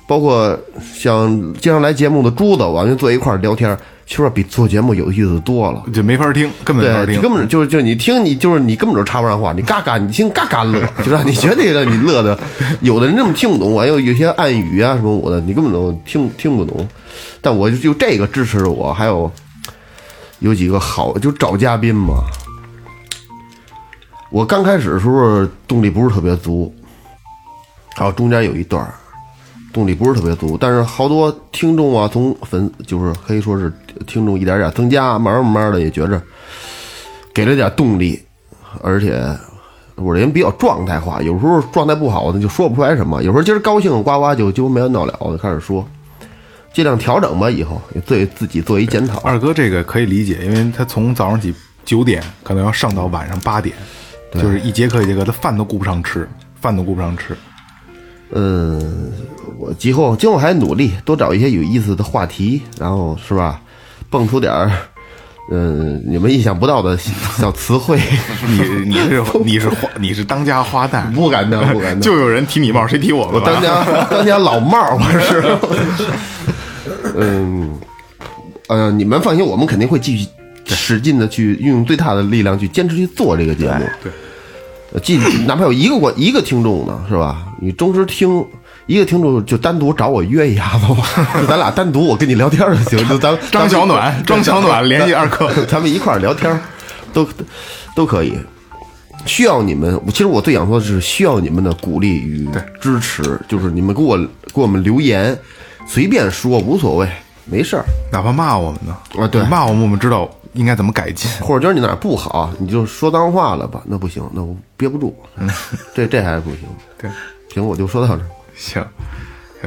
包括像经常来节目的珠子，我们坐一块儿聊天儿，其实比做节目有意思多了。就没法听，根本没法对，听，就根本就是就是你听你就是你根本就插不上话，你嘎嘎你听嘎嘎乐， 就让你绝对让你乐的。有的人根本听不懂，还有有些暗语啊什么我的，你根本都听听不懂。但我就就这个支持着我，还有有几个好就找嘉宾嘛。我刚开始的时候动力不是特别足，还有中间有一段儿动力不是特别足，但是好多听众啊，从粉就是可以说是听众一点点增加，慢慢慢慢的也觉着给了点动力，而且我这人比较状态化，有时候状态不好呢就说不出来什么，有时候今儿高兴呱呱就就没完没了的开始说，尽量调整吧，以后也对自己做一检讨。二哥这个可以理解，因为他从早上起九点，可能要上到晚上八点，就是一节课一节课，他饭都顾不上吃，饭都顾不上吃。嗯，我今后今后还努力多找一些有意思的话题，然后是吧，蹦出点儿。嗯，你们意想不到的小词汇，你你是你是花你是当家花旦，不敢当，不敢 当。就有人提你帽，谁提我我们吧？当家 当家老帽儿，我是。 嗯，呃，你们放心，我们肯定会继续使劲的去运用最大的力量去坚持去做这个节目。对，呃，即哪怕有一个我一个听众呢，是吧？你忠实听。一个听众就单独找我约一下子吧， 就咱俩单独我跟你聊天儿就行，就咱张小暖，张小暖联系二哥， 咱们一块儿聊天儿，都都可以。需要你们，其实我最想说的是需要你们的鼓励与支持，就是你们给我给我们留言，随便说无所谓，没事儿。哪怕骂我们呢啊对骂我们我们知道应该怎么改进。或者觉得你哪儿不好，你就说脏话了吧？那不行，那我憋不住，这这还是不 行。对，行，我就说到这儿。 行，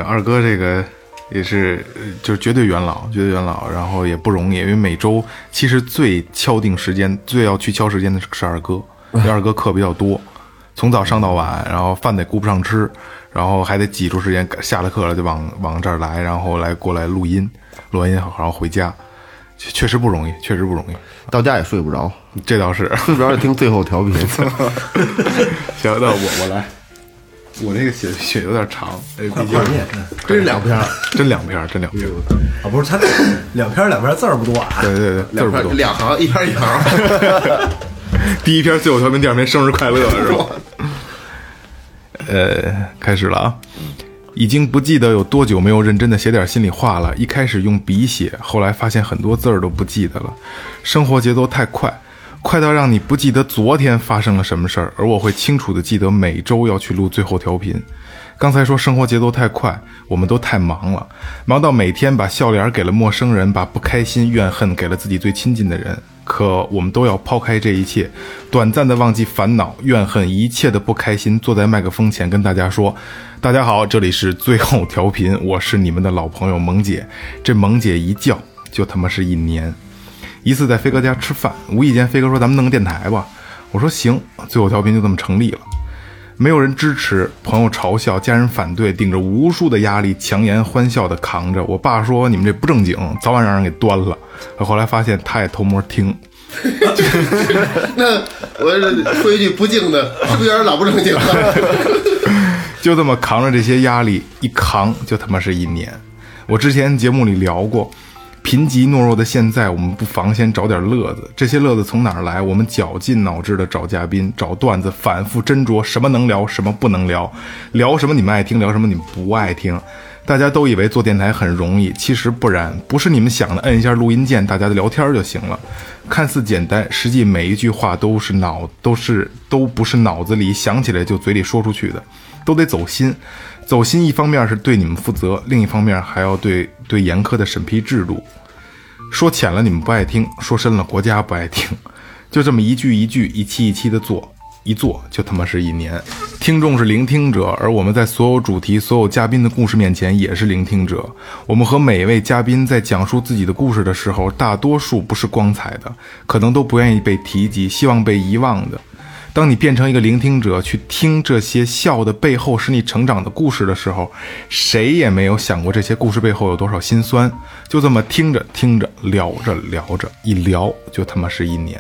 二哥这个也是呃就是绝对元老，绝对元老，然后也不容易，因为每周其实最敲定时间、最要去敲时间的是二哥，因为二哥课比较多，从早上到晚，然后饭得顾不上吃，然后还得挤出时间，下了课了就往往这儿来，然后来过来录音，录完音然后回家，确确实不容易，确实不容易，到家也睡不着，这倒是。 睡不着就听 最后调频。行，那我我来，我这个血血有点长，哎，毕竟真是两篇儿，真两篇儿，真两篇儿。啊，不是他两篇儿两篇儿字儿不多啊，对对对，字儿两不篇多儿。两行，一篇儿一行。第一篇最后调频，第二篇生日快乐是吧？呃，开始了啊。已经不记得有多久没有认真的写点心里话了。一开始用笔写，后来发现很多字儿都不记得了。生活节奏太快，快到让你不记得昨天发生了什么事儿，而我会清楚的记得每周要去录最后调频。刚才说生活节奏太快，我们都太忙了，忙到每天把笑脸给了陌生人，把不开心、怨恨给了自己最亲近的人。可我们都要抛开这一切，短暂的忘记烦恼、怨恨、一切的不开心，坐在麦克风前跟大家说：“大家好，这里是最后调频，我是你们的老朋友萌姐。”这萌姐一叫，就他妈是一年。一次在飞哥家吃饭，无意间飞哥说：“咱们弄个电台吧。”我说：“行。”最后调频就这么成立了。没有人支持，朋友嘲笑，家人反对，顶着无数的压力，强颜欢笑的扛着。我爸说：“你们这不正经，早晚让人给端了。”后来发现他也偷摸听， 那我说一句不敬的，是不是有点老不正经啊了？就这么扛着这些压力，一扛就他妈是一年。我之前节目里聊过，贫瘠懦弱的现在，我们不妨先找点乐子。这些乐子从哪儿来？我们绞尽脑汁的找嘉宾、找段子，反复斟酌什么能聊，什么不能聊，聊什么你们爱听，聊什么你们不爱听。大家都以为做电台很容易，其实不然，不是你们想的摁一下录音键，大家聊天就行了。看似简单，实际每一句话都是脑都是都不是脑子里想起来就嘴里说出去的，都得走心。走心一方面是对你们负责，另一方面还要对对严苛的审批制度。说浅了你们不爱听，说深了国家不爱听，就这么一句一句、一期一期的做，一做就他妈是一年。听众是聆听者，而我们在所有主题、所有嘉宾的故事面前也是聆听者。我们和每一位嘉宾在讲述自己的故事的时候，大多数不是光彩的，可能都不愿意被提及，希望被遗忘的。当你变成一个聆听者，去听这些笑的背后是你成长的故事的时候，谁也没有想过这些故事背后有多少辛酸。就这么听着听着，聊着聊着，一聊就他妈是一年。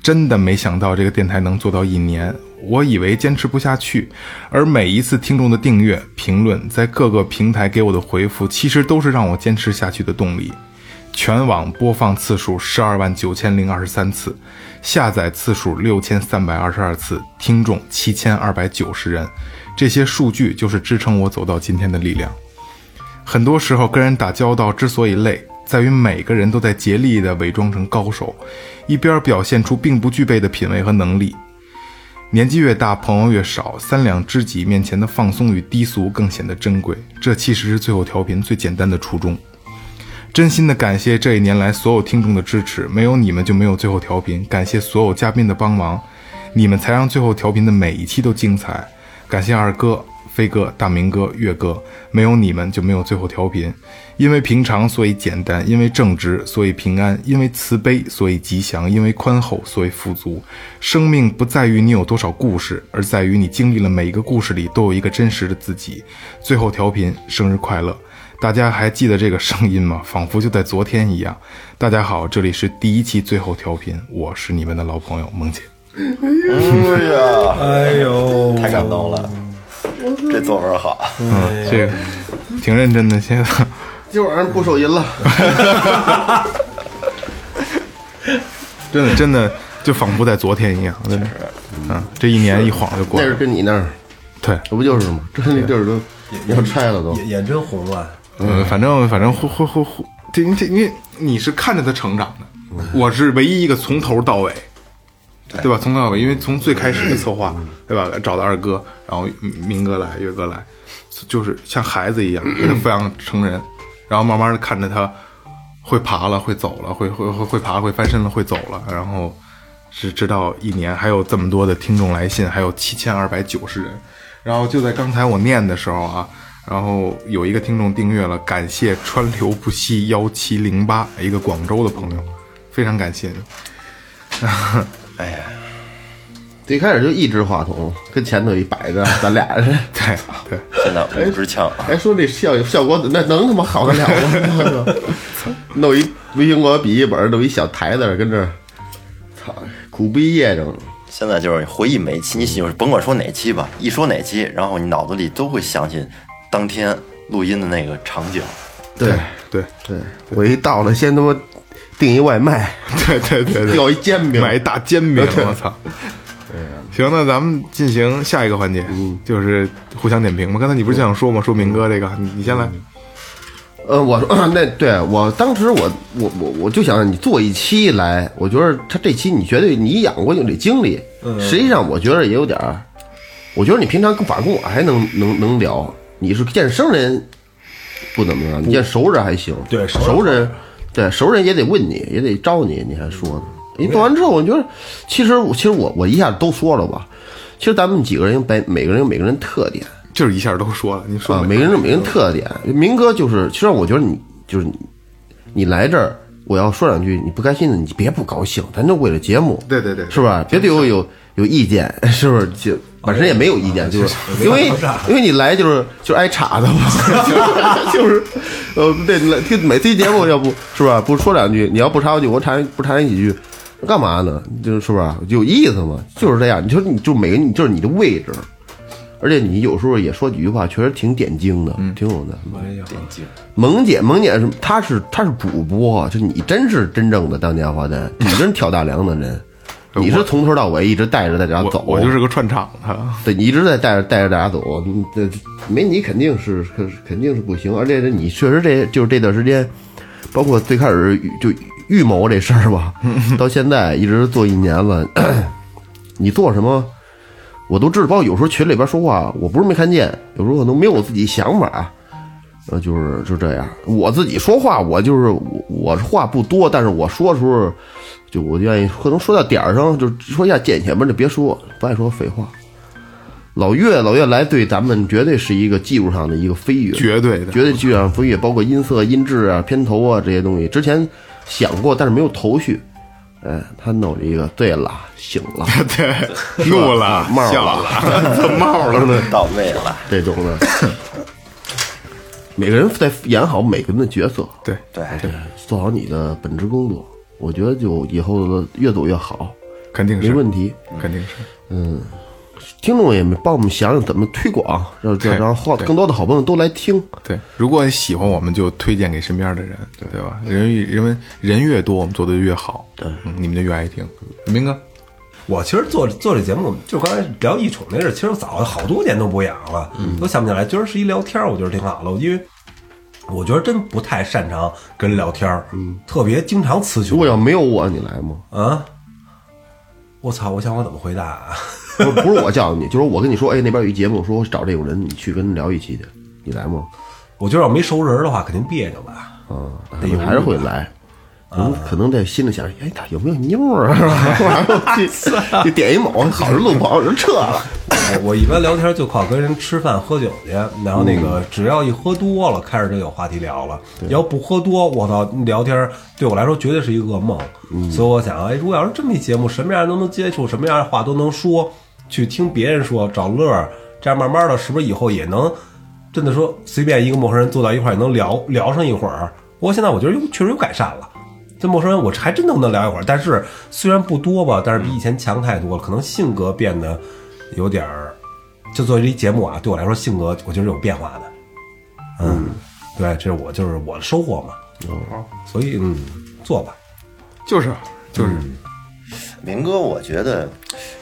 真的没想到这个电台能做到一年，我以为坚持不下去。而每一次听众的订阅、评论，在各个平台给我的回复，其实都是让我坚持下去的动力。全网播放次数十二万九千零二十三次，下载次数六千三百二十二次，听众七千二百九十人，这些数据就是支撑我走到今天的力量。很多时候跟人打交道之所以累，在于每个人都在竭力的伪装成高手，一边表现出并不具备的品味和能力。年纪越大，朋友越少，三两知己面前的放松与低俗更显得珍贵。这其实是最后调频最简单的初衷。真心的感谢这一年来所有听众的支持，没有你们就没有最后调频。感谢所有嘉宾的帮忙，你们才让最后调频的每一期都精彩。感谢二哥、飞哥、大明哥、月哥，没有你们就没有最后调频。因为平常，所以简单；因为正直，所以平安；因为慈悲，所以吉祥；因为宽厚，所以富足。生命不在于你有多少故事，而在于你经历了每一个故事里都有一个真实的自己。最后调频，生日快乐！大家还记得这个声音吗？ 仿佛就在昨天一样。大家好，这里是第一期最后调频，我是你们的老朋友萌姐。哎呀，哎呦，太感动了，这作文好。嗯，这个挺认真的，现 在今晚上不手 淫了，真的真的就仿佛在昨天一样，真的。嗯，这一年一晃就过那是了。跟你那儿，对，这不就是吗？这那地儿都要拆了都。眼眼真红了。嗯，反正反正呼呼呼呼，这这因为你是看着他成长的，我是唯一一个从头到尾，对吧？从头到尾，因为从最开始的策划，对吧？找到二哥，然后明哥来，月哥来，就是像孩子一样给他抚养成人，然后慢慢的看着他会爬了，会走了，会会会会爬，会翻身了，会走了，然后是直到一年，还有这么多的听众来信，还有七千二百九十人。然后就在刚才我念的时候啊，然后有一个听众订阅了，感谢川流不息幺七零八，一个广州的朋友，非常感谢你。最开始就一只话筒，跟前头一 摆着，咱俩人。 对对，现在五支枪，哎，说这效效果那能他妈好得了吗？ 弄一微苹果笔记本，弄一小台子跟这儿，操，苦逼夜整。现在就是回忆每期，你喜欢甭管说哪期吧，一说哪期，然后你脑子里都会想起当天录音的那个场景。对对对，我一到了，先他妈订一外卖，对对对对， 要一煎饼，买一大煎饼，我操！行，那咱们进行下一个环节，嗯就是互相点评嘛。刚才你不是就想说吗？说明哥这个，你你先来。嗯呃，我说 那对我当时我我我我就想让你做一期来，我觉得他这期你绝对你养过有这经历，实际上我觉得也有点儿，我觉得你平常跟反正跟我还能能能聊，你是见生人不怎么样，你见熟人还行，对熟熟人人对熟人也得问你，也得招你，你还说呢？你做完之后，我觉得其实我其实我我一下都说了吧，其实咱们几个人有每每个人有每个人特点，就是一下都说了，你说啊，吧每个人有每嗯个人特点。明哥就是，其实我觉得你就是你，你来这儿，我要说两句你不开心的，你别不高兴，咱就为了节目，对对对对是吧？别对我有有意见， 是不是？就本身也没有意见，哦就是因为因为你来就是就是挨岔的嘛， 就是就是呃，对，来听每期节目要不是吧？不说两句，你要不插一句，我插不插你几句。干嘛呢？就是吧，有意思吗？就是这样。你说，你就每个人，你就是你的位置，而且你有时候也说几句话，确实挺点睛的，挺有的。哎呀，萌姐，萌姐是她是她是主播，就你真是真正的当年华诞，你真挑大梁的人， 你是从头到尾一直带着大家呃我走，我就是个串场的，对你一直在带着带着大家走，你这没你肯定是肯肯定是不行，而且你确实这就是这段时间，包括最开始就预谋这事儿吧，到现在一直做一年了， 你做什么我都知道，包括有时候群里边说话，我不是没看见，有时候可能没有我自己想法，呃，就是就这样。我自己说话，我就是我我话不多，但是我说的时候，就我愿意可能说到点儿上，就说一下见前面就别说，不爱说废话。老岳，老岳来对咱们绝对是一个技术上的一个飞跃，绝对的绝对技术上飞跃，包括音色、音质啊、片头啊这些东西，之前想过，但是没有头绪。哎，他弄了一个，对了，醒 了。 对，怒了，帽儿笑 了，怎么帽了呢？到位了。这种的。每个人在演好每个人的角色，对，对，做好你的本职工作，我觉得就以后越走越好，肯定是没问题。肯定是。听众也没帮我们想想怎么推广，让对让后对更多的好朋友都来听。对，如果你喜欢我们，就推荐给身边的人，对吧？人越人们人越多，我们做的越好，对、你们就越爱听。明哥，我其实做做这节目，就刚才聊异宠那事儿，其实早好多年都不养了，都想不起来。今儿是一聊天儿，我觉得挺好的，因为我觉得真不太擅长跟人聊天儿，特别经常词如穷果要没有我，你来吗？啊。我操！我想我怎么回答、啊？不是不是我叫你，就是我跟你说，哎，那边有一节目，我说我找这种人，你去跟他聊一期去，你来吗？我觉得要没熟人的话，肯定别扭吧。啊，得有还是会来。啊嗯，可能在心里想，哎，他有没有妞儿 啊？就就点一卯，好人录不好人撤了。哎我我一般聊天就靠跟人吃饭喝酒去，然后那个只要一喝多了，开始就有话题聊了。要不喝多，我操，聊天对我来说绝对是一个噩梦。所以我想，哎，如果要是这么一节目，什么样人都能接触，什么样的话都能说，去听别人说找乐儿，这样慢慢的，是不是以后也能真的说随便一个陌生人坐到一块儿也能聊聊上一会儿？不过现在我觉得有确实有改善了。这陌生人我还真能能聊一会儿，但是虽然不多吧，但是比以前强太多了，可能性格变得有点儿。就作为一节目啊，对我来说性格我觉得有变化的，嗯，对，这是我就是我的收获嘛，所以嗯，做吧，就是就是、嗯明哥，我觉得，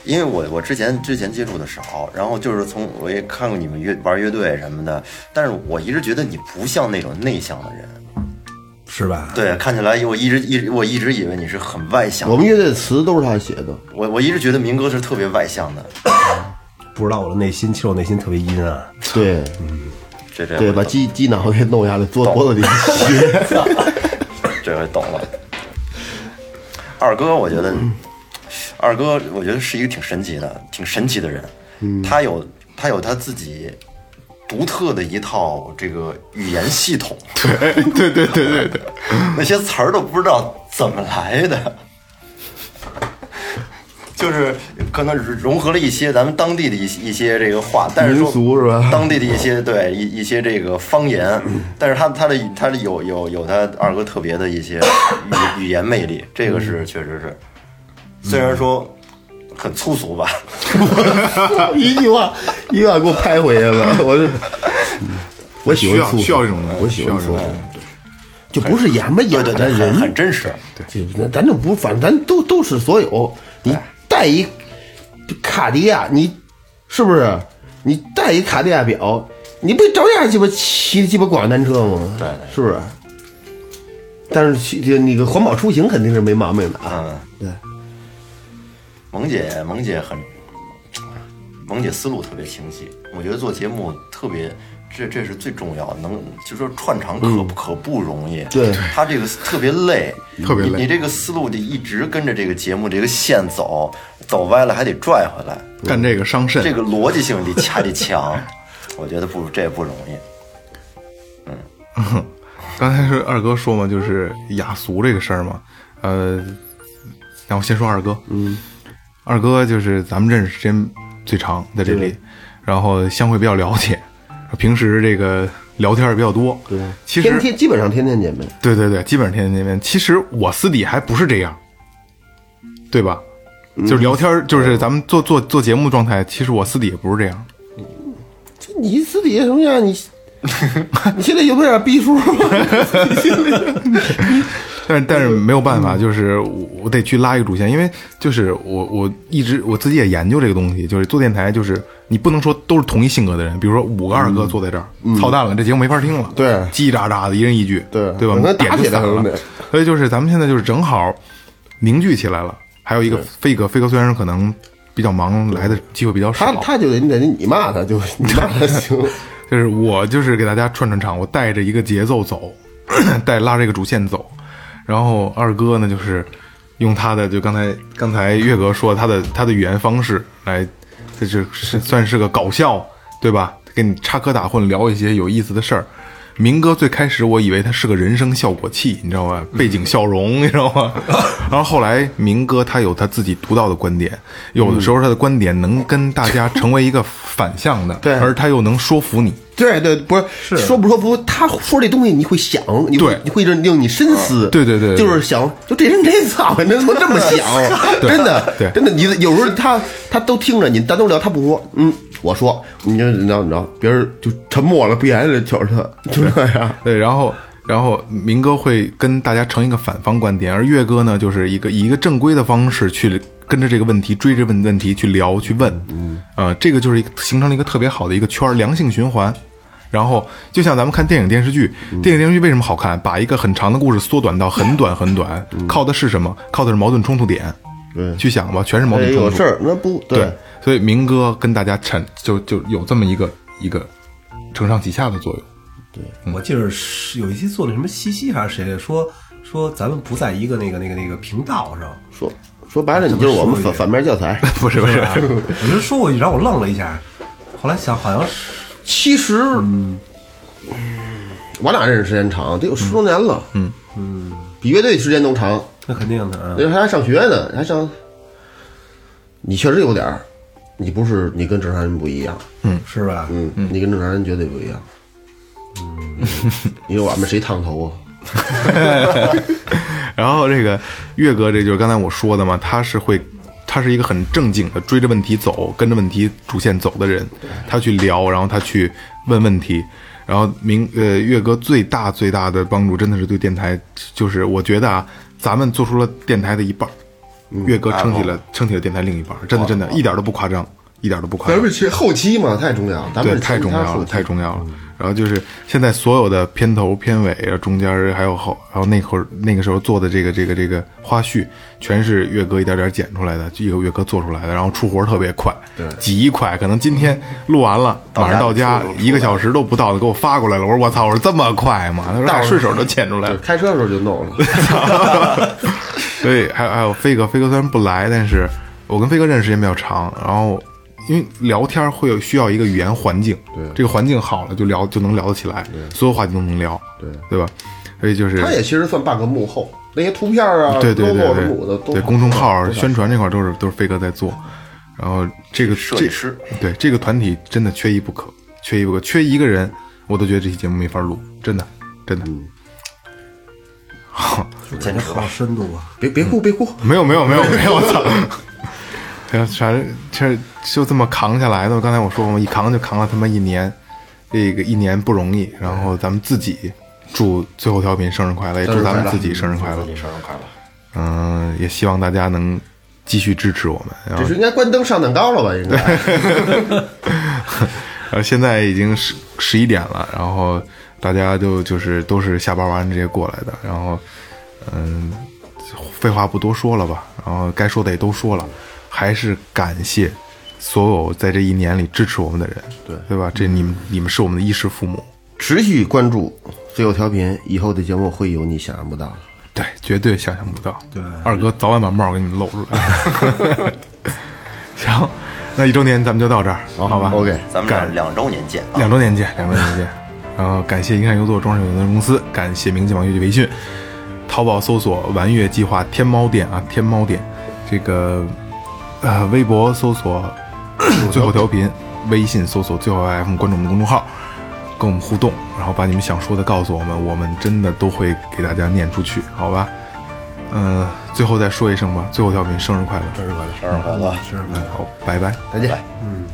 因为我我之前之前接触的少，然后就是从我也看过你们乐玩乐队什么的，但是我一直觉得你不像那种内向的人。是吧？对，看起来我一直一直我一直以为你是很外向我的，们乐队的词都是他写的，我我一直觉得明哥是特别外向的。不知道我的内心，其实我内心特别阴啊暗、对嗯这这对，我把懂鸡鸡脑袋弄下来，坐脖 子底下学。这回懂了。二哥，我觉得，二哥，我觉得是一个挺神奇的、挺神奇的人。他有他有他自己独特的一套这个语言系统，对对对对对， 那些词儿都不知道怎么来的，就是可能融合了一些咱们当地的一些一些这个话，但是说民俗是吧嗯当地的一些对一一些这个方言，但是他他的他的有有有他二哥特别的一些语语言魅力，这个嗯是确实是，虽然说很粗俗吧，一句话，一句话给我拍回去了。我就我喜需欢要粗俗，需要这种的我喜欢需粗要这种俗的，对，就不是演吧演对对的对，很人很，真实，就咱咱就不，反正咱都都是所有。你带一卡地亚，你是不是？你带一卡地亚表，你不照样鸡巴骑鸡巴共享单车吗？对对是不是？但是去这那个环保出行肯定是没毛病的啊。嗯，对，萌姐，萌姐很，萌姐思路特别清晰。我觉得做节目特别，这这是最重要的，能就说串场可、嗯可不容易。对他这个特别累，特别累你。你这个思路得一直跟着这个节目这个线走，走歪了还得拽回来，干这个伤肾，这个逻辑性得掐得强。我觉得不，这也不容易。刚才是二哥说嘛，就是雅俗这个事儿嘛，呃，然后先说二哥，嗯，二哥就是咱们认识时间最长在这里，然后相会比较了解，平时这个聊天儿也比较多，对，其实天天基本上天天见面。对对对，基本上天天见面。其实我私底还不是这样，对吧？就是聊天儿，就是咱们做做做节目状态，其实我私底也不是这样。你私底下什么样？你你现在有没有点逼数？但是但嗯是没有办法，就是我我得去拉一个主线，因为就是我我一直我自己也研究这个东西，就是做电台，就是你不能说都是同一性格的人，比如说五个二哥坐在这儿，操蛋了，这节目没法听了，嗯对叽叽喳喳的，一人一句，对对吧？我跟他点打就起来散了了对，所以就是咱们现在就是正好凝聚起来了。还有一个飞哥，飞哥虽然可能比较忙，来的机会比较少， 他他就得你得你骂他就你骂他行，就是我就是给大家串串场，我带着一个节奏走， 带拉着一个主线走。然后二哥呢，就是用他的就刚才刚才岳哥说他的他的语言方式来，这就是算是个搞笑对吧？给你插科打诨聊一些有意思的事儿。明哥最开始我以为他是个人声效果器，你知道吗？背景笑容， 你知道吗？然后后来明哥他有他自己独到的观点，有的时候他的观点能跟大家成为一个反向的，对而他又能说服你。对对，不是说不说不，他说这东西你会想，你会对啊你会令令你深思，对对对对就是想，就这人真操，能能这么想，真 的对真的，你有时候他他都听着你单独聊，他不说，嗯，我说，你就你知道你知道，别人就沉默了，不言了，瞧着他， 就这样，对，然后然后明哥会跟大家成一个反方观点，而岳哥呢，就是一个以一个正规的方式去跟着这个问题追着问问题去聊去问，嗯，呃，这个就是一个形成了一个特别好的一个圈儿，良性循环。然后就像咱们看电影电视剧，嗯电影电视剧为什么好看？把一个很长的故事缩短到很短很短，靠的是什么？靠的是矛盾冲突点。嗯对去想吧，全是矛哎盾冲有突。事儿那不对，所以明哥跟大家产就就有这么一个一个承上启下的作用。我记得是有一期做那什么西西还是谁的说说咱们不在一个那个那个那个频道上，说说白了，你就是我啊们这么反说也反面教材。 不是不是，我就说过去，然后我愣了一下，后来想好像是其实，嗯我俩认识时间长，得有十多年了。嗯嗯，比乐队时间都长。那肯定的啊那，时候还上学呢，还上。你确实有点儿，你不是你跟正常人不一样。是吧？嗯，你跟正常人绝对不一样。嗯，你说我们谁烫 头啊？然后这个岳哥，这就是刚才我说的嘛，他是会，他是一个很正经的追着问题走，跟着问题主线走的人，他去聊，然后他去问问题。然后明呃，岳哥最大最大的帮助真的是对电台，就是我觉得啊，咱们做出了电台的一半儿，岳哥撑起了撑起了电台另一半儿，真的真的，一点都不夸张，一点都不夸张。们是后期嘛，哎太重要，咱对，是太重前要后了，期太重要了。然后就是现在所有的片头、片尾啊，中间儿还有后，还有那会儿那个时候做的这个这个这个花絮，全是岳哥一点点剪出来的，一个岳哥做出来的，然后出活儿特别快，极快，可能今天录完了，马嗯上到家一个小时都不到的给我发过来了，我说我操，我说这么快吗？他说哎顺手就剪出来了，对开车的时候就弄了。 所以还有还有飞哥，飞哥虽然不来，但是我跟飞哥认识时间比较长，然后因为聊天会有需要一个语言环境，对，这个环境好了就聊就能聊得起来，所有话题都能聊，对，对吧？所以就是他也其实算半个幕后，那些图片啊、对对对 logo 什么的对，都对公众号宣传这块都是都是飞哥在做，然后这个设计师这对这个团体真的缺一不可，缺一不可，缺一个人我都觉得这期节目没法录，真的真的。简直好深度啊！别别哭别哭，没有没有没有没有，我 操！哎呀，全这就这么扛下来的。刚才我说过嘛，一扛就扛了他妈一年，这个一年不容易。然后咱们自己祝最后调频生日快乐，也祝咱们自己生日快乐。生日快乐！嗯，也希望大家能继续支持我们。然这后是应该关灯上蛋糕了吧？应该。呃，现在已经十十一点了，然后大家就就是都是下班完直接过来的，然后嗯，废话不多说了吧，然后该说的也都说了，还是感谢所有在这一年里支持我们的人，对对吧？这你们你们是我们的衣食父母， 持续关注最后调频，以后的节目会有你想象不到的。对，绝对想象不到，对，二哥早晚把帽给你们露出来。 行，那一周年咱们就到这儿，好吧 OK 咱们感两两周年见啊！两周年见，两周年见。然后感谢银山优作装饰有限公司，感谢明镜网乐器培训，淘宝搜索“玩乐计划”天猫店啊，天猫店。这个呃，微博搜索 最后调频，微信搜索最后 FM，关注我们公众号，跟我们互动，然后把你们想说的告诉我们，我们真的都会给大家念出去，好吧？嗯、最后再说一声吧，最后调频生日快乐！生日快乐！好，拜拜。再见。嗯，